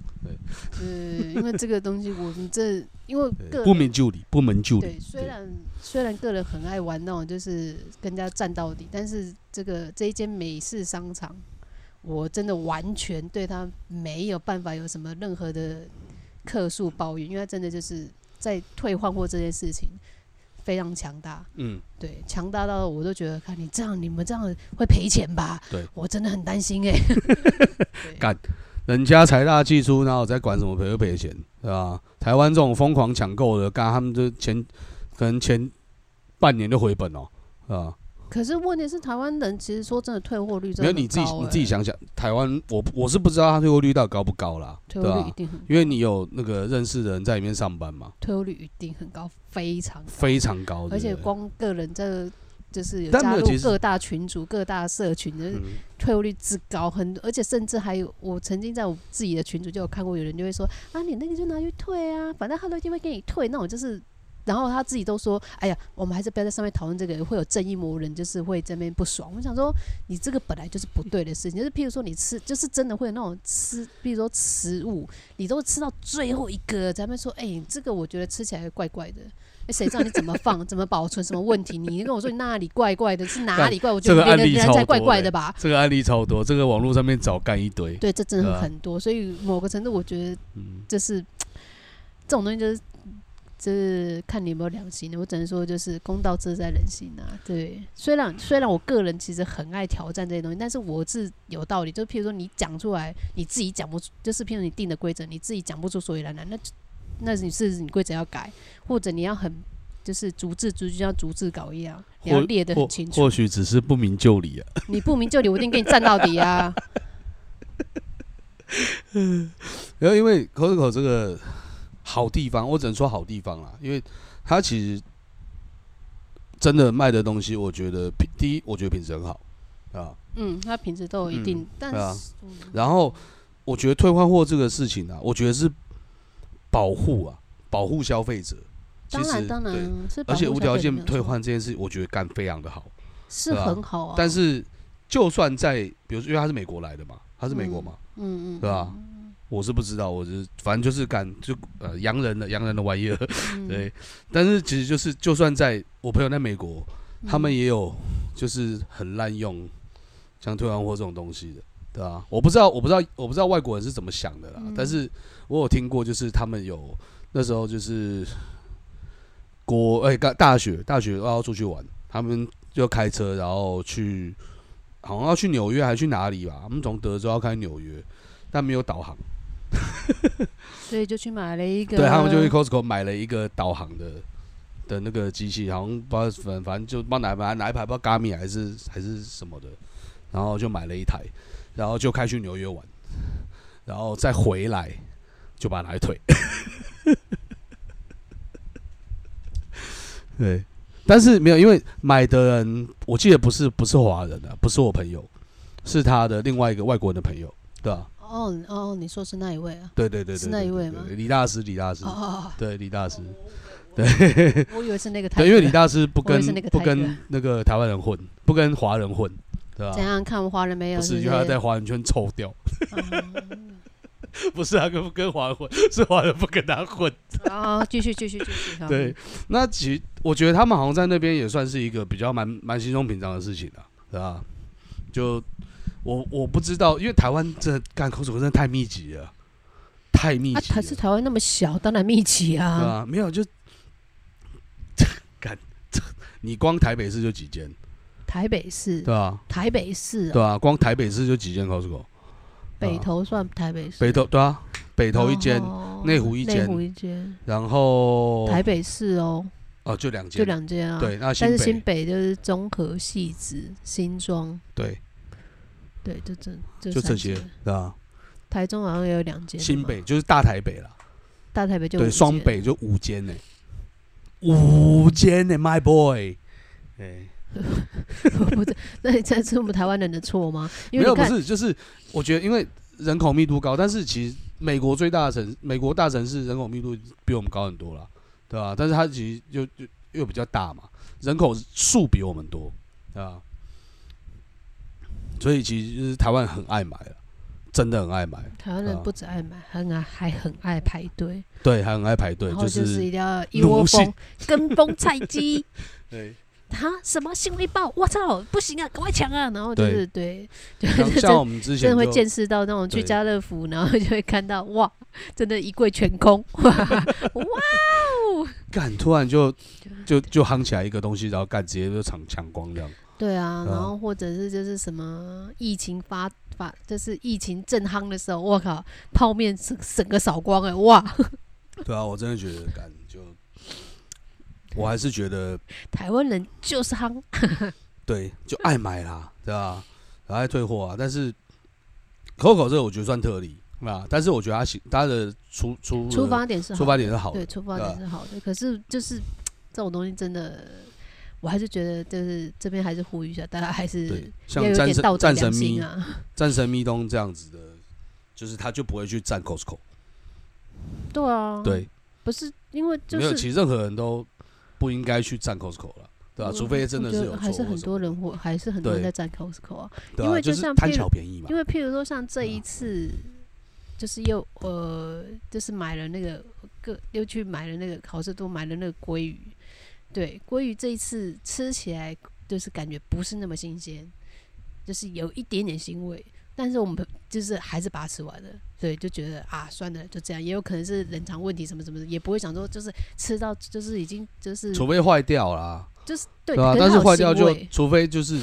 [SPEAKER 2] 嗯，因为这个东西我们这因为
[SPEAKER 1] 对
[SPEAKER 2] 个
[SPEAKER 1] 不
[SPEAKER 2] 人
[SPEAKER 1] 明就里，不明就
[SPEAKER 2] 对，
[SPEAKER 1] 里。
[SPEAKER 2] 虽然虽然个人很爱玩那种就是跟人家战到底，但是这个这一间美式商场，我真的完全对他没有办法有什么任何的客诉抱怨，因为他真的就是在退换货这件事情非常强大。
[SPEAKER 1] 嗯，
[SPEAKER 2] 对，强大到我都觉得，看你这样，你们这样会赔钱吧？
[SPEAKER 1] 对，
[SPEAKER 2] 我真的很担心哎、
[SPEAKER 1] 干人家财大气粗，然后在管什么赔不赔钱，对吧？台湾这种疯狂抢购的，干他们就前可能前半年就回本哦，啊，
[SPEAKER 2] 可是问题是，台湾人其实说真的，退货率真
[SPEAKER 1] 没
[SPEAKER 2] 的
[SPEAKER 1] 有
[SPEAKER 2] 很高、
[SPEAKER 1] 你自己
[SPEAKER 2] 欸、
[SPEAKER 1] 你自己想想，台湾我我是不知道它退货率到底高不高啦，
[SPEAKER 2] 退
[SPEAKER 1] 对
[SPEAKER 2] 货
[SPEAKER 1] 吧、
[SPEAKER 2] 率一定很，
[SPEAKER 1] 因为你有那个认识的人在里面上班嘛，
[SPEAKER 2] 退货率一定很高，非常高，
[SPEAKER 1] 非常高，
[SPEAKER 2] 而且
[SPEAKER 1] 对不对
[SPEAKER 2] 光个人这个就是有
[SPEAKER 1] 但
[SPEAKER 2] 加
[SPEAKER 1] 没有
[SPEAKER 2] 入
[SPEAKER 1] 其实
[SPEAKER 2] 各大群组、各大社群的
[SPEAKER 1] 嗯
[SPEAKER 2] 退货率之高，很而且甚至还有我曾经在我自己的群组就有看过，有人就会说啊，你那个就拿去退啊，反正他都一定会给你退，那种就是然后他自己都说：“哎呀，我们还是不要在上面讨论这个，会有正义魔人，就是会这边不爽。”我想说，你这个本来就是不对的事情，就是譬如说你吃，就是真的会有那种吃，譬如说食物，你都吃到最后一个，咱们说：“哎、这个我觉得吃起来怪怪的。”哎，谁知道你怎么放、怎么保存、什么问题？你跟我说你那里怪怪的，是哪里怪？我觉
[SPEAKER 1] 这
[SPEAKER 2] 得
[SPEAKER 1] 个案
[SPEAKER 2] 别人
[SPEAKER 1] 例
[SPEAKER 2] 人
[SPEAKER 1] 超
[SPEAKER 2] 才怪
[SPEAKER 1] 多
[SPEAKER 2] 怪
[SPEAKER 1] 的
[SPEAKER 2] 的吧？
[SPEAKER 1] 这个案例超多，这个网络上面找干一堆。
[SPEAKER 2] 对，这真
[SPEAKER 1] 对
[SPEAKER 2] 的
[SPEAKER 1] 啊
[SPEAKER 2] 很多，所以某个程度，我觉得
[SPEAKER 1] 嗯，
[SPEAKER 2] 这是这种东西，就是就是看你有没有良心。我只能说，就是公道自在人心啊。对，虽然虽然我个人其实很爱挑战这些东西，但是我是有道理。就譬如说，你讲出来，你自己讲不出，就是譬如你定的规则，你自己讲不出所以然来，那就那你是你规则要改，或者你要很就是逐字逐句，就像逐字稿一样，你要
[SPEAKER 1] 或
[SPEAKER 2] 列得
[SPEAKER 1] 或
[SPEAKER 2] 很清楚
[SPEAKER 1] 或。许只是不明就里啊。
[SPEAKER 2] 你不明就里，我一定给你站到底啊！
[SPEAKER 1] 然后因为 Costco 这个好地方，我只能说好地方啦，因为它其实真的卖的东西，我觉得品第一，我觉得品质很好啊。
[SPEAKER 2] 嗯，他品质都有一
[SPEAKER 1] 嗯
[SPEAKER 2] 定，但
[SPEAKER 1] 对啊
[SPEAKER 2] 是、嗯
[SPEAKER 1] 然后我觉得退换货这个事情啊，我觉得是保护啊，保护消费者。其
[SPEAKER 2] 当
[SPEAKER 1] 实
[SPEAKER 2] 然当然
[SPEAKER 1] 对，
[SPEAKER 2] 是保
[SPEAKER 1] 而且
[SPEAKER 2] 护
[SPEAKER 1] 无
[SPEAKER 2] 消
[SPEAKER 1] 条
[SPEAKER 2] 费
[SPEAKER 1] 件
[SPEAKER 2] 没有
[SPEAKER 1] 退
[SPEAKER 2] 错
[SPEAKER 1] 换这件事，我觉得干非常的好。
[SPEAKER 2] 是
[SPEAKER 1] 对啊
[SPEAKER 2] 很好啊。
[SPEAKER 1] 但是就算在，比如说，因为他是美国来的嘛，他是美国嘛，
[SPEAKER 2] 嗯，嗯嗯，
[SPEAKER 1] 对吧？我是不知道，我就是反正就是干就呃洋人的洋人的玩意儿，
[SPEAKER 2] 嗯，
[SPEAKER 1] 对。但是其实就是，就算在我朋友在美国，他们
[SPEAKER 2] 嗯
[SPEAKER 1] 也有就是很滥用像退换货这种东西的，对啊，我不知道，我不知道，我不知道外国人是怎么想的啦。
[SPEAKER 2] 嗯
[SPEAKER 1] 但是我有听过，就是他们有那时候就是国哎、大大学大学要出去玩，他们就开车然后去，好像要去纽约还是去哪里吧？他们从德州要开纽约，但没有导航，
[SPEAKER 2] 所以就去买了一个，
[SPEAKER 1] 对他们就去 Costco 买了一个导航的。的那个机器，好像不知道，反反正就不知道哪牌哪一排，不知道 g a m i 还是还是什么的，然后就买了一台，然后就开去纽约玩，然后再回来就把它拿去退。 对，但是没有，因为买的人我记得不是不是华人啊，不是我朋友，是他的另外一个外国人的朋友，对吧、
[SPEAKER 2] 哦哦，你说是那一位啊？
[SPEAKER 1] 对对对对，
[SPEAKER 2] 是那一位吗
[SPEAKER 1] 对对对李大师，李大师，
[SPEAKER 2] 哦哦，
[SPEAKER 1] 对李大师，
[SPEAKER 2] 哦我以为是那个台
[SPEAKER 1] 对，因为
[SPEAKER 2] 客
[SPEAKER 1] 李大师不
[SPEAKER 2] 我以为
[SPEAKER 1] 跟
[SPEAKER 2] 是那个
[SPEAKER 1] 不
[SPEAKER 2] 泰
[SPEAKER 1] 跟
[SPEAKER 2] 戈
[SPEAKER 1] 那个台湾人混，不跟华人混，对吧、
[SPEAKER 2] 怎样看我华人没有？
[SPEAKER 1] 不是，
[SPEAKER 2] 是
[SPEAKER 1] 因为他在华人圈抽掉， 不是他跟不跟华人混， 是华人不跟他混。
[SPEAKER 2] 啊，继续继续继续，好啊
[SPEAKER 1] 对，，那其实我觉得他们好像在那边也算是一个比较蛮蛮稀松平常的事情了、啊对吧？就我我不知道，因为台湾真的干口水真的太密集了，太密
[SPEAKER 2] 啊，
[SPEAKER 1] 集
[SPEAKER 2] 台
[SPEAKER 1] 了，
[SPEAKER 2] 是台湾那么小，当然密
[SPEAKER 1] 对
[SPEAKER 2] 集啊，
[SPEAKER 1] 吧？没有就 干， 你光台北市就几间，
[SPEAKER 2] 台北市
[SPEAKER 1] 对，吧？
[SPEAKER 2] 台北市
[SPEAKER 1] 对
[SPEAKER 2] 哦，
[SPEAKER 1] 啊，光台北市就几间 Costco，
[SPEAKER 2] 北投算台北市，
[SPEAKER 1] 北投对啊，北投一间，
[SPEAKER 2] 哦
[SPEAKER 1] 内湖一间
[SPEAKER 2] 内湖一间，
[SPEAKER 1] 然后
[SPEAKER 2] 台北市哦，
[SPEAKER 1] 哦就两间，
[SPEAKER 2] 就两间啊，，
[SPEAKER 1] 对，那
[SPEAKER 2] 但
[SPEAKER 1] 新
[SPEAKER 2] 是
[SPEAKER 1] 北
[SPEAKER 2] 新北就是综合戏子、新庄。
[SPEAKER 1] 对，
[SPEAKER 2] 对，就这就
[SPEAKER 1] 就
[SPEAKER 2] 三
[SPEAKER 1] 这些
[SPEAKER 2] 间，
[SPEAKER 1] 对啊，
[SPEAKER 2] 台中好像也有两间，
[SPEAKER 1] 新北，就是大台北啦，
[SPEAKER 2] 大台北就
[SPEAKER 1] 对，
[SPEAKER 2] 五
[SPEAKER 1] 双
[SPEAKER 2] 间，
[SPEAKER 1] 北就五间呢，五间呢，my boy，哎，
[SPEAKER 2] 不是，那这是我们台湾人的错吗？因
[SPEAKER 1] 没
[SPEAKER 2] 为
[SPEAKER 1] 有
[SPEAKER 2] 你
[SPEAKER 1] 不
[SPEAKER 2] 看，
[SPEAKER 1] 是，就是我觉得因为人口密度高，但是其实美国最大的城，美国大城市人口密度比我们高很多啦，对吧、但是它其实就就又比较大嘛，人口数比我们多，对吧、所以其实就是台湾很爱买了，真的很爱买，
[SPEAKER 2] 台湾
[SPEAKER 1] 啊
[SPEAKER 2] 人不止爱买，很爱还很爱排队，
[SPEAKER 1] 对，还很爱排队，
[SPEAKER 2] 然后
[SPEAKER 1] 就
[SPEAKER 2] 就是
[SPEAKER 1] 是
[SPEAKER 2] 一定要一
[SPEAKER 1] 奴
[SPEAKER 2] 窝
[SPEAKER 1] 性
[SPEAKER 2] 蜂跟风菜鸡。
[SPEAKER 1] 对，
[SPEAKER 2] 哈，什么新力爆？我操，不行啊，赶快抢啊！然后就
[SPEAKER 1] 对
[SPEAKER 2] 是对，就
[SPEAKER 1] 像
[SPEAKER 2] 是
[SPEAKER 1] 像我
[SPEAKER 2] 真
[SPEAKER 1] 们之
[SPEAKER 2] 真
[SPEAKER 1] 前
[SPEAKER 2] 的会
[SPEAKER 1] 就
[SPEAKER 2] 见识到那种去
[SPEAKER 1] 对
[SPEAKER 2] 家乐福，然后就会看到哇，真的一柜全空，哇哦！
[SPEAKER 1] 干，突然就就就夯起来一个东西，然后干直接就抢抢光这样，
[SPEAKER 2] 对啊，
[SPEAKER 1] 对啊
[SPEAKER 2] 然后或者是就是什么疫情发发，就是疫情正夯的时候，我靠，泡面整整个扫光哎、哇！
[SPEAKER 1] 对啊，我真的觉得干就，我还是觉得
[SPEAKER 2] 台湾人就是夯，
[SPEAKER 1] 对，就爱买啦，对吧？然后爱退货啊，但是 Coco 这个我觉得算特例啊，但是我觉得它行，它的出出
[SPEAKER 2] 出发点是好
[SPEAKER 1] 出
[SPEAKER 2] 的，
[SPEAKER 1] 发点是好的
[SPEAKER 2] 对，，出发点是好的。可是就是这种东西真的，我还是觉得就是这边还是呼吁一下，大家还
[SPEAKER 1] 对
[SPEAKER 2] 是，要
[SPEAKER 1] 像
[SPEAKER 2] 有
[SPEAKER 1] 战
[SPEAKER 2] 点
[SPEAKER 1] 神
[SPEAKER 2] 道德
[SPEAKER 1] 战
[SPEAKER 2] 良
[SPEAKER 1] 神
[SPEAKER 2] 心
[SPEAKER 1] 咪
[SPEAKER 2] 啊。
[SPEAKER 1] 战神咪东这样子的，就是他就不会去占 Costco，
[SPEAKER 2] 对啊，
[SPEAKER 1] 对，
[SPEAKER 2] 不是因为就
[SPEAKER 1] 没有，
[SPEAKER 2] 是
[SPEAKER 1] 其实任何人都不应该去站 Costco 了，对吧、
[SPEAKER 2] 我
[SPEAKER 1] 除非真的
[SPEAKER 2] 哦我觉
[SPEAKER 1] 是
[SPEAKER 2] 得
[SPEAKER 1] 有
[SPEAKER 2] 还是
[SPEAKER 1] 错或
[SPEAKER 2] 很
[SPEAKER 1] 什
[SPEAKER 2] 多
[SPEAKER 1] 么的
[SPEAKER 2] 人会还是很多人
[SPEAKER 1] 对
[SPEAKER 2] 在站 Costco 啊，
[SPEAKER 1] 对
[SPEAKER 2] 因
[SPEAKER 1] 啊
[SPEAKER 2] 为就
[SPEAKER 1] 就
[SPEAKER 2] 像
[SPEAKER 1] 是
[SPEAKER 2] 譬
[SPEAKER 1] 贪
[SPEAKER 2] 如
[SPEAKER 1] 小便宜嘛
[SPEAKER 2] 因。为譬如说像这一
[SPEAKER 1] 嗯
[SPEAKER 2] 次，就是又呃，就是买了那个个又去买了那个好事多买了那个鲑鱼，对，鲑鱼这一次吃起来就是感觉不是那么新鲜，就是有一点点腥味，但是我们就是还是把它吃完了，对，就觉得啊，算了，就这样，也有可能是冷藏问题什么什么的，也不会想说就是吃到就是已经就是
[SPEAKER 1] 除非坏掉啦，
[SPEAKER 2] 就是对，
[SPEAKER 1] 吧、
[SPEAKER 2] 可
[SPEAKER 1] 啊但
[SPEAKER 2] 它
[SPEAKER 1] 是
[SPEAKER 2] 有
[SPEAKER 1] 坏掉
[SPEAKER 2] 腥
[SPEAKER 1] 就
[SPEAKER 2] 味，
[SPEAKER 1] 除非就是，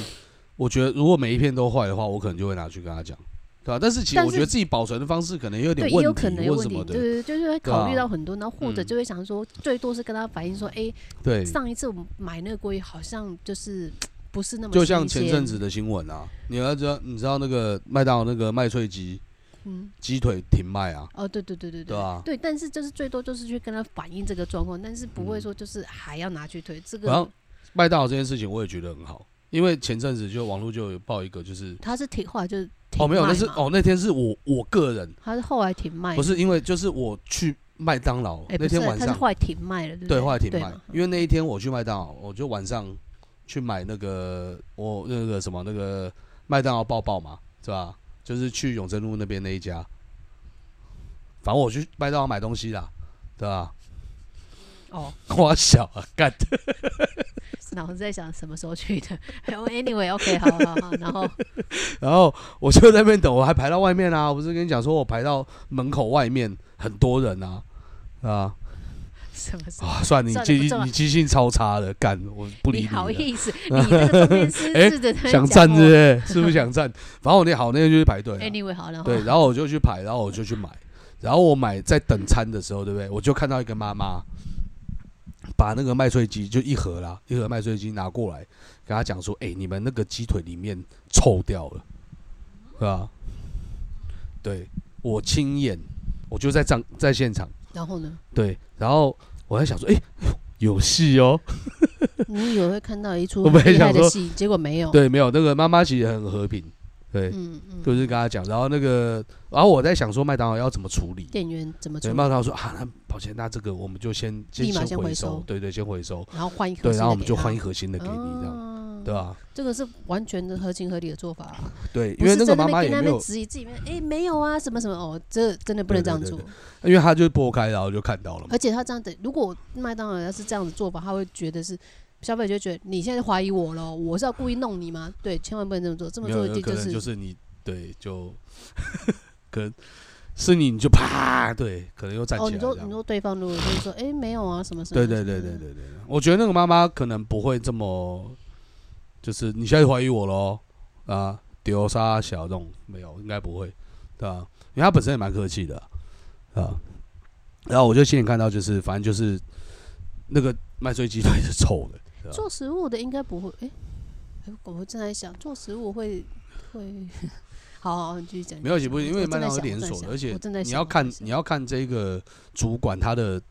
[SPEAKER 1] 我觉得如果每一片都坏的话，我可能就会拿去跟他讲，对啊吧、但是其实
[SPEAKER 2] 但
[SPEAKER 1] 我觉
[SPEAKER 2] 是
[SPEAKER 1] 得自己保存的方式可能也有点
[SPEAKER 2] 对，也
[SPEAKER 1] 问
[SPEAKER 2] 有
[SPEAKER 1] 题
[SPEAKER 2] 可能有
[SPEAKER 1] 或
[SPEAKER 2] 问
[SPEAKER 1] 什么
[SPEAKER 2] 题，对
[SPEAKER 1] 的，
[SPEAKER 2] 对对，就是会
[SPEAKER 1] 对
[SPEAKER 2] 考虑
[SPEAKER 1] 啊
[SPEAKER 2] 到很多，然后或者
[SPEAKER 1] 嗯
[SPEAKER 2] 就会想说，最多是跟他反映说，哎，
[SPEAKER 1] 对，
[SPEAKER 2] 上一次我们买那个鲑鱼好像就是不是那么
[SPEAKER 1] 就像
[SPEAKER 2] 新
[SPEAKER 1] 前
[SPEAKER 2] 鲜
[SPEAKER 1] 阵，子的新闻啊，你要知道，你知道那个麦当劳那个麦脆鸡
[SPEAKER 2] 嗯，
[SPEAKER 1] 鸡腿停卖啊，
[SPEAKER 2] 哦，对对对对
[SPEAKER 1] 对啊
[SPEAKER 2] 对，但是就是最多就是去跟他反映这个状况，但是不会
[SPEAKER 1] 嗯
[SPEAKER 2] 说就是还要拿去推这
[SPEAKER 1] 然后
[SPEAKER 2] 个。
[SPEAKER 1] 麦当劳这件事情我也觉得很好，因为前阵子就网络就有报一个就是
[SPEAKER 2] 他是停，后来就是停
[SPEAKER 1] 哦没有，
[SPEAKER 2] 卖
[SPEAKER 1] 那是
[SPEAKER 2] 嘛，
[SPEAKER 1] 哦那天是我我个人
[SPEAKER 2] 他是后来停卖，
[SPEAKER 1] 不，是因为就是我去麦当劳
[SPEAKER 2] 哎，
[SPEAKER 1] 那
[SPEAKER 2] 不是
[SPEAKER 1] 天，晚
[SPEAKER 2] 他是
[SPEAKER 1] 上
[SPEAKER 2] 后来停卖了，对
[SPEAKER 1] 对
[SPEAKER 2] 不嗯对，
[SPEAKER 1] 后来停卖
[SPEAKER 2] 嘛，
[SPEAKER 1] 因为那一天我去麦当劳，我就晚上去买那个我那个什么那个麦当劳抱抱嘛，是吧？就是去永贞路那边那一家，反正我去麦当劳买东西啦，对吧？
[SPEAKER 2] 哦，
[SPEAKER 1] 花小啊，干
[SPEAKER 2] 脑子在想什么时候去的 ，anyway，OK，好好好，然后
[SPEAKER 1] 然后我就在那边等，我还排到外面啊！我不是跟你讲说，我排到门口外面很多人啊，啊
[SPEAKER 2] 什么时候？
[SPEAKER 1] 啊！算了你
[SPEAKER 2] 算了
[SPEAKER 1] 记
[SPEAKER 2] 不
[SPEAKER 1] 忆
[SPEAKER 2] 重要
[SPEAKER 1] 你记性超差的，干我不理
[SPEAKER 2] 你好
[SPEAKER 1] 了
[SPEAKER 2] 意思，你这个中间是
[SPEAKER 1] 哎
[SPEAKER 2] 试着在那
[SPEAKER 1] 想
[SPEAKER 2] 边
[SPEAKER 1] 站是
[SPEAKER 2] 讲
[SPEAKER 1] 不
[SPEAKER 2] 我哎
[SPEAKER 1] 是？是不是想站？反正我那好，那天就去排队啊、
[SPEAKER 2] ，anyway，好，然后
[SPEAKER 1] 对，然后我就去排，然后我就去买，然后我买在等餐的时候，对不对？我就看到一个妈妈把那个麦脆鸡就一盒啦，一盒麦脆鸡拿过来，跟他讲说：“哎、你们那个鸡腿里面臭掉了，是吧？”对我亲眼，我就在站在现场，
[SPEAKER 2] 然后呢？
[SPEAKER 1] 对，然后我还想说：“哎、有戏哦。”
[SPEAKER 2] 你以为会看到一出
[SPEAKER 1] 我
[SPEAKER 2] 很
[SPEAKER 1] 本来
[SPEAKER 2] 厉害
[SPEAKER 1] 想
[SPEAKER 2] 的
[SPEAKER 1] 说
[SPEAKER 2] 戏，结果没有。，
[SPEAKER 1] 对，没有那个妈妈其实很和平，对，
[SPEAKER 2] 哦嗯嗯，
[SPEAKER 1] 就是跟他讲，然后那个，然后我在想说麦当劳要怎么处理，
[SPEAKER 2] 店员怎么处
[SPEAKER 1] 对，
[SPEAKER 2] 理？
[SPEAKER 1] 麦当劳说啊，那抱歉，那这个我们就先
[SPEAKER 2] 立马先
[SPEAKER 1] 回
[SPEAKER 2] 回收
[SPEAKER 1] 对对，先回收，
[SPEAKER 2] 然后换一颗
[SPEAKER 1] 对，
[SPEAKER 2] 新的给他，哦
[SPEAKER 1] 然后我们就换一盒新的给你，这样，
[SPEAKER 2] 样
[SPEAKER 1] 对吧、啊
[SPEAKER 2] 这个是完全的合情合理的做法啊，
[SPEAKER 1] 对，因
[SPEAKER 2] 不
[SPEAKER 1] 为
[SPEAKER 2] 是
[SPEAKER 1] 那个
[SPEAKER 2] 在
[SPEAKER 1] 妈
[SPEAKER 2] 那
[SPEAKER 1] 妈
[SPEAKER 2] 边
[SPEAKER 1] 也
[SPEAKER 2] 给那
[SPEAKER 1] 没
[SPEAKER 2] 边
[SPEAKER 1] 有，
[SPEAKER 2] 质疑自己，哎，没有啊，什么什么哦，这真的不能这样
[SPEAKER 1] 对对
[SPEAKER 2] 做
[SPEAKER 1] 对。因为他就拨开，然后就看到了嘛，
[SPEAKER 2] 而且他这样的，如果麦当劳要是这样子做法，他会觉得是消费者就觉得你现在怀疑我了，我是要故意弄你吗？对，千万不能这么做，这么
[SPEAKER 1] 没
[SPEAKER 2] 做
[SPEAKER 1] 有，
[SPEAKER 2] 一定
[SPEAKER 1] 有可能
[SPEAKER 2] 是
[SPEAKER 1] 就是你对，就 可能是你你就啪，对，可能又站
[SPEAKER 2] 哦，
[SPEAKER 1] 起
[SPEAKER 2] 你
[SPEAKER 1] 来这
[SPEAKER 2] 说你
[SPEAKER 1] 样，
[SPEAKER 2] 说对方如果就是说，哎，没有啊，什么什么，
[SPEAKER 1] 对对对对对对，对我觉得那个妈妈可能不会这么，就是你现在怀疑我喽啊，丢沙小这种没有，应该不会，对吧、因为他本身也蛮客气的啊啊。然后我就亲眼看到，就是反正就是那个麦穗鸡腿是臭的，对吧
[SPEAKER 2] 做食物的应该不会，哎、哎我我正在想，做食物会会，好好，你继续讲。
[SPEAKER 1] 没有
[SPEAKER 2] 几
[SPEAKER 1] 几不行，因为麦当劳是连锁的，而且你要看你要看这个主管他的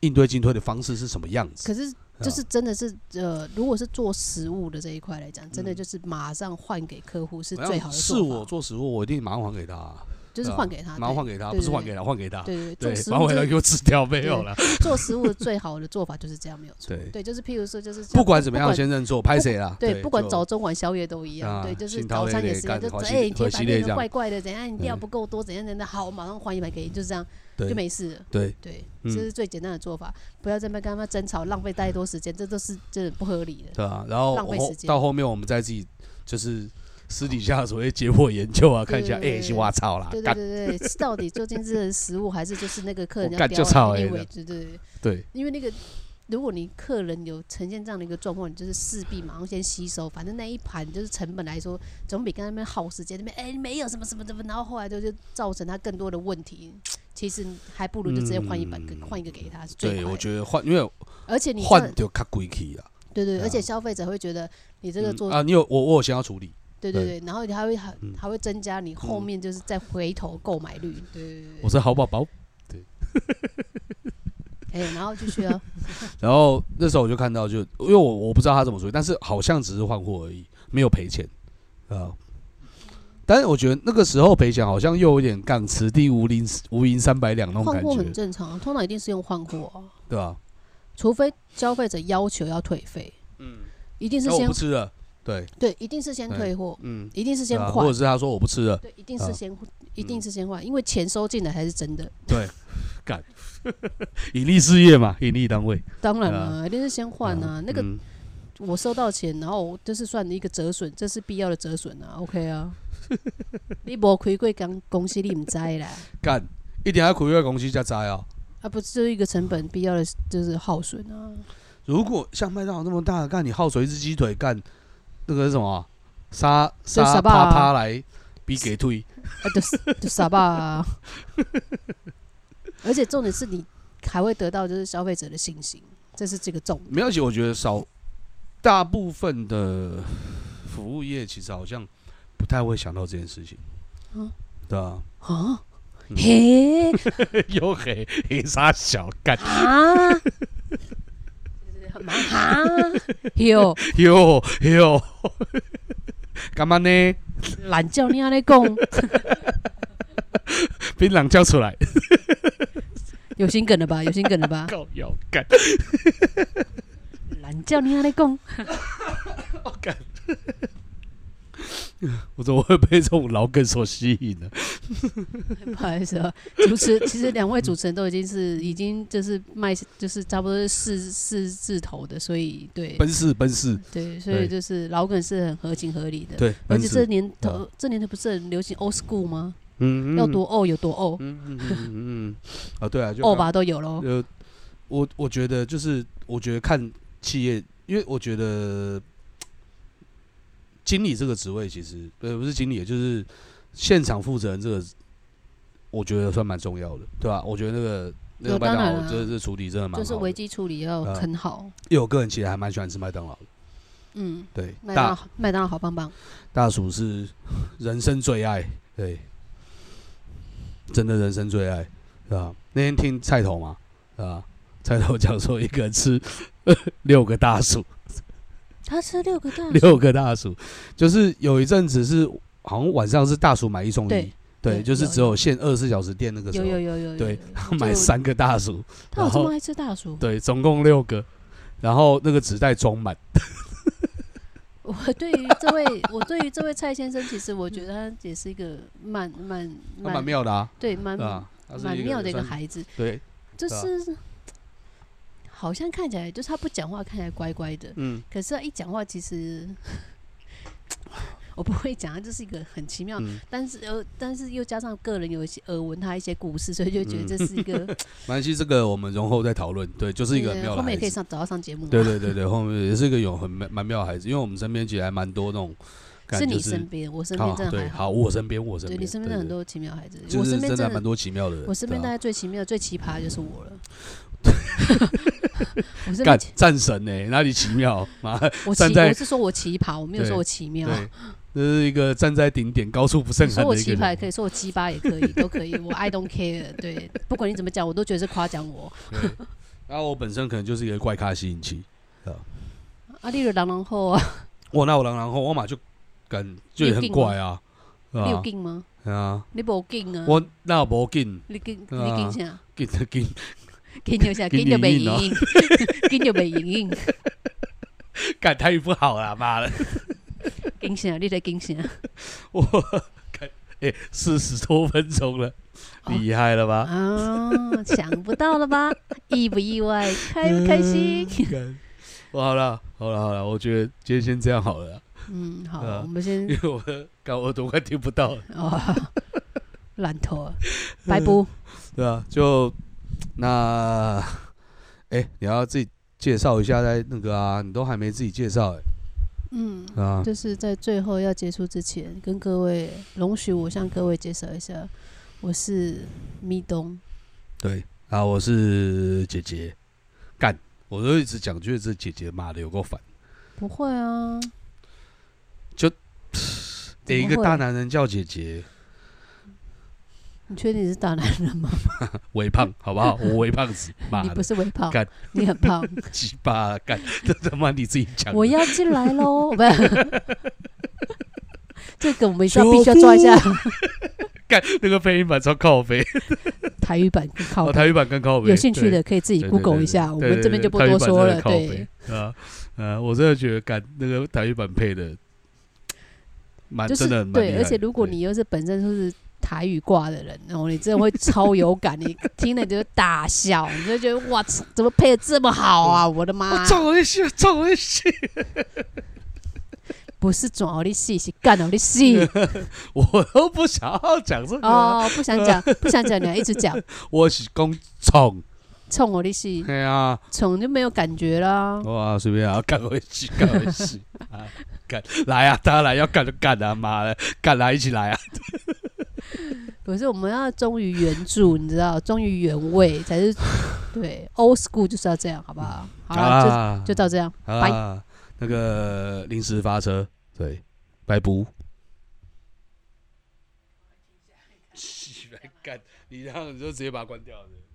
[SPEAKER 1] 应对进退的方式是什么样子。
[SPEAKER 2] 可是
[SPEAKER 1] 嗯
[SPEAKER 2] 就是真的是呃，如果是做食物的这一块来讲，真的
[SPEAKER 1] 嗯
[SPEAKER 2] 就是马上换给客户是
[SPEAKER 1] 我要
[SPEAKER 2] 最好的
[SPEAKER 1] 是
[SPEAKER 2] 做法
[SPEAKER 1] 我做食物，我一定马上还给他啊、
[SPEAKER 2] 就是
[SPEAKER 1] 对啊
[SPEAKER 2] 换给他，
[SPEAKER 1] 马上换给他，
[SPEAKER 2] 对
[SPEAKER 1] 不是
[SPEAKER 2] 对
[SPEAKER 1] 还给他，还给他。
[SPEAKER 2] 对对对，
[SPEAKER 1] 对，
[SPEAKER 2] 做食
[SPEAKER 1] 然后
[SPEAKER 2] 物
[SPEAKER 1] 回
[SPEAKER 2] 就
[SPEAKER 1] 来
[SPEAKER 2] 是
[SPEAKER 1] 给我吃掉，没有了。
[SPEAKER 2] 做食物最好的做法就是这样，没有错。
[SPEAKER 1] 对，
[SPEAKER 2] 对，就是譬如说，就是像
[SPEAKER 1] 不管怎么
[SPEAKER 2] 不
[SPEAKER 1] 样，
[SPEAKER 2] 管
[SPEAKER 1] 先认错，拍谁啦？
[SPEAKER 2] 对，不管
[SPEAKER 1] 就
[SPEAKER 2] 早中晚宵夜都一样，
[SPEAKER 1] 啊
[SPEAKER 2] 对，就是
[SPEAKER 1] 心
[SPEAKER 2] 早
[SPEAKER 1] 掏
[SPEAKER 2] 餐
[SPEAKER 1] 累
[SPEAKER 2] 也
[SPEAKER 1] 累
[SPEAKER 2] 是，
[SPEAKER 1] 干
[SPEAKER 2] 就
[SPEAKER 1] 好
[SPEAKER 2] 哎，
[SPEAKER 1] 心
[SPEAKER 2] 你今
[SPEAKER 1] 好
[SPEAKER 2] 天
[SPEAKER 1] 心
[SPEAKER 2] 白
[SPEAKER 1] 累
[SPEAKER 2] 面
[SPEAKER 1] 这样
[SPEAKER 2] 怪怪的，怎样你料
[SPEAKER 1] 嗯
[SPEAKER 2] 不够多，怎样怎样，好，马上换一盘给你，就是这样，就
[SPEAKER 1] 对
[SPEAKER 2] 没事了。
[SPEAKER 1] 对，
[SPEAKER 2] 对，这
[SPEAKER 1] 嗯
[SPEAKER 2] 是最简单的做法，不要在那边跟他们争吵，浪费太多时间，这都是真的不合理的。
[SPEAKER 1] 对啊。然后
[SPEAKER 2] 浪费
[SPEAKER 1] 我
[SPEAKER 2] 时间
[SPEAKER 1] 到后面我们再自己就是私底下所谓解剖研究啊，看一下，
[SPEAKER 2] 对对对
[SPEAKER 1] 哎，是我操啦
[SPEAKER 2] 对，对
[SPEAKER 1] 干
[SPEAKER 2] 对对对，是到底究竟是食物还是就是那个客人
[SPEAKER 1] 我
[SPEAKER 2] 要
[SPEAKER 1] 干
[SPEAKER 2] 刁
[SPEAKER 1] 就吵
[SPEAKER 2] 难
[SPEAKER 1] 欸
[SPEAKER 2] 因为
[SPEAKER 1] 的
[SPEAKER 2] 对对对，
[SPEAKER 1] 对
[SPEAKER 2] 因为那个如果你客人有呈现这样的一个状况，你就是势必马上先吸收，反正那一盘就是成本来说，总比跟他们耗时间那边哎没有什么什么什么，然后后来就就造成他更多的问题。 其实还不如就直接换一盘，给
[SPEAKER 1] 嗯
[SPEAKER 2] 换一个给他是最快
[SPEAKER 1] 对，
[SPEAKER 2] 的
[SPEAKER 1] 我觉得换，因为
[SPEAKER 2] 而且你这
[SPEAKER 1] 换
[SPEAKER 2] 样
[SPEAKER 1] 就卡贵气啦。
[SPEAKER 2] 对对，
[SPEAKER 1] 对
[SPEAKER 2] 而
[SPEAKER 1] 啊
[SPEAKER 2] 且消费者会觉得你这个
[SPEAKER 1] 嗯
[SPEAKER 2] 做
[SPEAKER 1] 啊，你有我我有先要处理，
[SPEAKER 2] 对对
[SPEAKER 1] 对
[SPEAKER 2] 对，然后它会还
[SPEAKER 1] 嗯
[SPEAKER 2] 还会增加你后面就是再回头购买率，对对对
[SPEAKER 1] 我是好宝宝。
[SPEAKER 2] 对，哎，然后就需要
[SPEAKER 1] 然后那时候我就看到就，因为我我不知道他怎么处理，但是好像只是换货而已，没有赔钱啊。但是我觉得那个时候赔钱好像又有点杠， 此地无银无银三百两那种
[SPEAKER 2] 换
[SPEAKER 1] 感
[SPEAKER 2] 货很
[SPEAKER 1] 觉，
[SPEAKER 2] 正常，通常一定是用换货啊，
[SPEAKER 1] 对吧、
[SPEAKER 2] 除非消费者要求要退费，
[SPEAKER 1] 嗯，
[SPEAKER 2] 一定是
[SPEAKER 1] 那我
[SPEAKER 2] 先
[SPEAKER 1] 不吃了，对，
[SPEAKER 2] 对，一定是先
[SPEAKER 1] 对
[SPEAKER 2] 退货，
[SPEAKER 1] 嗯，
[SPEAKER 2] 一定是先
[SPEAKER 1] 对啊或
[SPEAKER 2] 换
[SPEAKER 1] 者，是他说我不吃了，
[SPEAKER 2] 对，一定
[SPEAKER 1] 啊
[SPEAKER 2] 是先一定是先换，因为钱收进来才是真的。
[SPEAKER 1] 对，干，盈利事业嘛，盈利单位，
[SPEAKER 2] 当然
[SPEAKER 1] 对啊
[SPEAKER 2] 了，一定是先换啊。那个
[SPEAKER 1] 嗯
[SPEAKER 2] 我收到钱，然后我就是算一个折损，这是必要的折损啊。OK 啊，你无亏贵刚公司你唔知啦，
[SPEAKER 1] 干一点要苦月公司加摘啊。
[SPEAKER 2] 啊不就是一个成本必要的就是耗损啊。
[SPEAKER 1] 如果像麦当劳那么大，干你耗水一只鸡腿，干那个是什么啊杀
[SPEAKER 2] 就
[SPEAKER 1] 杀
[SPEAKER 2] 傻吧
[SPEAKER 1] 啪啪来比给退，
[SPEAKER 2] 啊，就是就傻吧、啊。 而且重点是你还会得到就是消费者的信心，这是这个重点。
[SPEAKER 1] 没有，而且我觉得少大部分的服务业其实好像不太会想到这件事情。
[SPEAKER 2] 嗯
[SPEAKER 1] 对啊，
[SPEAKER 2] 啊，
[SPEAKER 1] 嗯
[SPEAKER 2] 嘿
[SPEAKER 1] 又黑黑沙小干
[SPEAKER 2] 啊，就是蛮哈 哟，
[SPEAKER 1] 哟哟， 干嘛呢？
[SPEAKER 2] 懒叫你安尼讲，
[SPEAKER 1] 槟榔叫出来，
[SPEAKER 2] 有心梗了吧？有心梗了吧？
[SPEAKER 1] 靠腰干，
[SPEAKER 2] 懒叫你安尼讲，
[SPEAKER 1] 我怎么会被这种老梗所吸引呢？
[SPEAKER 2] 不好意思啊，主持其实两位主持人都已经是已经就是卖就是差不多是四四字头的，所以对
[SPEAKER 1] 奔四奔四，
[SPEAKER 2] 对，所以
[SPEAKER 1] 对
[SPEAKER 2] 就是老梗是很合情合理的。
[SPEAKER 1] 对，
[SPEAKER 2] 而
[SPEAKER 1] 奔
[SPEAKER 2] 且这
[SPEAKER 1] 四，
[SPEAKER 2] 年头，这年头不是很流行 old school 吗？
[SPEAKER 1] 嗯
[SPEAKER 2] 要多哦 old 有多 old，old
[SPEAKER 1] 嗯嗯嗯嗯嗯，啊，对啊，就刚
[SPEAKER 2] 吧都有喽。
[SPEAKER 1] 呃，我我觉得就是，我觉得看企业，因为我觉得经理这个职位其实呃不是经理，就是现场负责人这个，我觉得算蛮重要的，对吧、我觉得那个那个
[SPEAKER 2] 有
[SPEAKER 1] 麦
[SPEAKER 2] 当
[SPEAKER 1] 当
[SPEAKER 2] 然
[SPEAKER 1] 劳
[SPEAKER 2] 啊
[SPEAKER 1] 这这处理真的蛮
[SPEAKER 2] 就是
[SPEAKER 1] 好
[SPEAKER 2] 危
[SPEAKER 1] 的，
[SPEAKER 2] 机处理要
[SPEAKER 1] 啊
[SPEAKER 2] 很好，
[SPEAKER 1] 因为我个人其实还蛮喜欢吃麦当劳的，
[SPEAKER 2] 嗯，
[SPEAKER 1] 对，
[SPEAKER 2] 麦当
[SPEAKER 1] 大
[SPEAKER 2] 劳麦当劳好棒棒，
[SPEAKER 1] 大薯是 人生最爱，对，真的人生最爱，对吧？那天听菜头嘛，啊，菜头讲说一个人吃 六个大薯，
[SPEAKER 2] 他吃六个大
[SPEAKER 1] 六个大薯，就是有一阵子是好像晚上是大薯买一送一
[SPEAKER 2] 对，
[SPEAKER 1] 对，
[SPEAKER 2] 对
[SPEAKER 1] 就是
[SPEAKER 2] 有
[SPEAKER 1] 只有限二十四小时店那个时
[SPEAKER 2] 有有
[SPEAKER 1] 候，
[SPEAKER 2] 有有有，
[SPEAKER 1] 对
[SPEAKER 2] 有，
[SPEAKER 1] 买，三个大薯，
[SPEAKER 2] 就他有这
[SPEAKER 1] 然
[SPEAKER 2] 么
[SPEAKER 1] 后
[SPEAKER 2] 爱吃大薯？
[SPEAKER 1] 对，总共六个，然后那个纸袋装满，
[SPEAKER 2] 我对于这位， 我对于这位蔡先生，其实我觉得他也是一个蛮蛮
[SPEAKER 1] 还蛮，妙的啊，
[SPEAKER 2] 对，蛮
[SPEAKER 1] 对吧？他是
[SPEAKER 2] 蛮
[SPEAKER 1] 一
[SPEAKER 2] 妙的一个
[SPEAKER 1] 算是
[SPEAKER 2] 孩子，
[SPEAKER 1] 对，
[SPEAKER 2] 就
[SPEAKER 1] 对啊
[SPEAKER 2] 是好像看起来就是他不讲话，看起来乖乖的，
[SPEAKER 1] 嗯
[SPEAKER 2] 可是他一讲话，其实 我不会讲，他就是一个很奇妙，
[SPEAKER 1] 嗯，
[SPEAKER 2] 但是呃，但是又加上个人有一些耳闻他一些故事，所以就觉得这是一个、
[SPEAKER 1] 蛮系这个我们容后再讨论，对， 就是一个很
[SPEAKER 2] 呃
[SPEAKER 1] 妙
[SPEAKER 2] 后
[SPEAKER 1] 的
[SPEAKER 2] 面
[SPEAKER 1] 孩
[SPEAKER 2] 也可以
[SPEAKER 1] 子。
[SPEAKER 2] 上找他上节目嘛，
[SPEAKER 1] 对对对对，后面也是一个有很蛮蛮妙的孩子，因为我们身边其实还蛮多那种感
[SPEAKER 2] 是
[SPEAKER 1] 觉、
[SPEAKER 2] 你
[SPEAKER 1] 就是，
[SPEAKER 2] 身边，我身边真的
[SPEAKER 1] 对，
[SPEAKER 2] 还
[SPEAKER 1] 好，我身边我身
[SPEAKER 2] 对
[SPEAKER 1] 边，
[SPEAKER 2] 你身边真的很
[SPEAKER 1] 对，
[SPEAKER 2] 多奇妙孩子，
[SPEAKER 1] 对就
[SPEAKER 2] 我
[SPEAKER 1] 是
[SPEAKER 2] 身边
[SPEAKER 1] 真的
[SPEAKER 2] 真
[SPEAKER 1] 蛮
[SPEAKER 2] 的。
[SPEAKER 1] 多奇妙的人。
[SPEAKER 2] 我身边大
[SPEAKER 1] 对啊
[SPEAKER 2] 概最奇妙、最奇葩就是 我了。我身边
[SPEAKER 1] 干，战神呢、哪里奇 妙？妈，
[SPEAKER 2] 我奇
[SPEAKER 1] 站在
[SPEAKER 2] 我是说我奇葩，我没有
[SPEAKER 1] 对
[SPEAKER 2] 说我奇妙。
[SPEAKER 1] 对，这是一个站在顶点高处不胜
[SPEAKER 2] 你
[SPEAKER 1] 寒
[SPEAKER 2] 说我
[SPEAKER 1] 的一
[SPEAKER 2] 奇
[SPEAKER 1] 个
[SPEAKER 2] 葩
[SPEAKER 1] 人
[SPEAKER 2] 也。可以，说我鸡巴也可以，都可以。我 I don't care，对，不管你怎么讲，我都觉得是夸奖我。
[SPEAKER 1] 对，然啊后我本身可能就是一个怪咖吸引器。
[SPEAKER 2] 啊，例如狼狼后啊，
[SPEAKER 1] 我那我然后我马就感就也很怪啊， 对
[SPEAKER 2] 你有
[SPEAKER 1] 啊，
[SPEAKER 2] 劲吗？
[SPEAKER 1] 对啊，
[SPEAKER 2] 你无劲啊？
[SPEAKER 1] 我那无劲，
[SPEAKER 2] 你劲
[SPEAKER 1] 对啊
[SPEAKER 2] 你劲啥？
[SPEAKER 1] 劲劲
[SPEAKER 2] 劲 就啥？
[SPEAKER 1] 紧
[SPEAKER 2] 劲就袂
[SPEAKER 1] 硬硬哦
[SPEAKER 2] 赢， 劲就袂赢，
[SPEAKER 1] 感台语不好啦，妈的，
[SPEAKER 2] 劲啥？你在劲 啥？
[SPEAKER 1] 我感哎四十多分钟了，
[SPEAKER 2] 哦
[SPEAKER 1] 厉害了吧？
[SPEAKER 2] 啊，想不到了 吧？意不意外？开不啊开心？
[SPEAKER 1] 干我嗯好了，好了，好了，我觉得今天先这样好了啦，
[SPEAKER 2] 嗯，好
[SPEAKER 1] 对啊，
[SPEAKER 2] 我们先
[SPEAKER 1] 因 为我的搞我都快听不到了。
[SPEAKER 2] 哦， 烂头了，白不？
[SPEAKER 1] 对啊，就那，哎、你要自己介绍一下，在那个啊，你都还没自己介绍哎、
[SPEAKER 2] 嗯，
[SPEAKER 1] 啊，
[SPEAKER 2] 就是在最后要结束之前，跟各位容许我向各位介绍一下，我是咪东，
[SPEAKER 1] 对啊，我是姐姐，干，我都一直讲，觉得这姐姐妈的有够烦，
[SPEAKER 2] 不会啊，
[SPEAKER 1] 给
[SPEAKER 2] 怎么
[SPEAKER 1] 欸一个
[SPEAKER 2] 会
[SPEAKER 1] 大男人叫姐姐，
[SPEAKER 2] 你确定你是大男人吗？
[SPEAKER 1] 微胖，好不好？我微胖子，妈
[SPEAKER 2] 你不
[SPEAKER 1] 的，
[SPEAKER 2] 是微胖
[SPEAKER 1] 干，
[SPEAKER 2] 你 很胖，
[SPEAKER 1] 鸡巴干，这他妈你自己讲的，
[SPEAKER 2] 我要进来 喽，不是。这个我们一定要必须要抓一下，
[SPEAKER 1] 干那个配音版超靠背，
[SPEAKER 2] 台语版更靠
[SPEAKER 1] 哦，
[SPEAKER 2] 北。
[SPEAKER 1] 台语版更靠北，
[SPEAKER 2] 有兴趣
[SPEAKER 1] 对
[SPEAKER 2] 的可以自己
[SPEAKER 1] 对对
[SPEAKER 2] Google
[SPEAKER 1] 对
[SPEAKER 2] 一下，
[SPEAKER 1] 对
[SPEAKER 2] 我
[SPEAKER 1] 对
[SPEAKER 2] 们这边就
[SPEAKER 1] 对
[SPEAKER 2] 不
[SPEAKER 1] 台语
[SPEAKER 2] 多
[SPEAKER 1] 版
[SPEAKER 2] 说
[SPEAKER 1] 真的
[SPEAKER 2] 了。
[SPEAKER 1] 靠
[SPEAKER 2] 对
[SPEAKER 1] 北，啊啊，我真的觉得感那个台语版配的蛮
[SPEAKER 2] 就是
[SPEAKER 1] 啊真的蛮厉
[SPEAKER 2] 对，
[SPEAKER 1] 害
[SPEAKER 2] 而
[SPEAKER 1] 的
[SPEAKER 2] 且如果
[SPEAKER 1] 对
[SPEAKER 2] 你又是本身就是台语挂的人，然后你真的会超有感， 你听了你就大笑，你就觉得哇，怎么配的这么好啊！我的妈
[SPEAKER 1] 我，撞我一戏，撞我一戏，
[SPEAKER 2] 不是转我的戏，是干我的戏
[SPEAKER 1] 我都不想要讲这个，
[SPEAKER 2] 哦，不想讲，不想讲，你还一直讲，
[SPEAKER 1] 我是讲冲，
[SPEAKER 2] 冲我的戏，
[SPEAKER 1] 对啊，
[SPEAKER 2] 冲就没有感觉啦。
[SPEAKER 1] 哇，随便啊，干我一戏，干我一 戏啊，干来啊，当然要干就干啊，妈的，干来一起来啊，
[SPEAKER 2] 可是我们要忠于原著，你知道，忠于原味才是对。Old school 就是要这样，好不好？好了，
[SPEAKER 1] 啊
[SPEAKER 2] 就就到这样。拜
[SPEAKER 1] 啊，那个临时发车，对，拜 不。干，你这样你就直接把它关掉了。对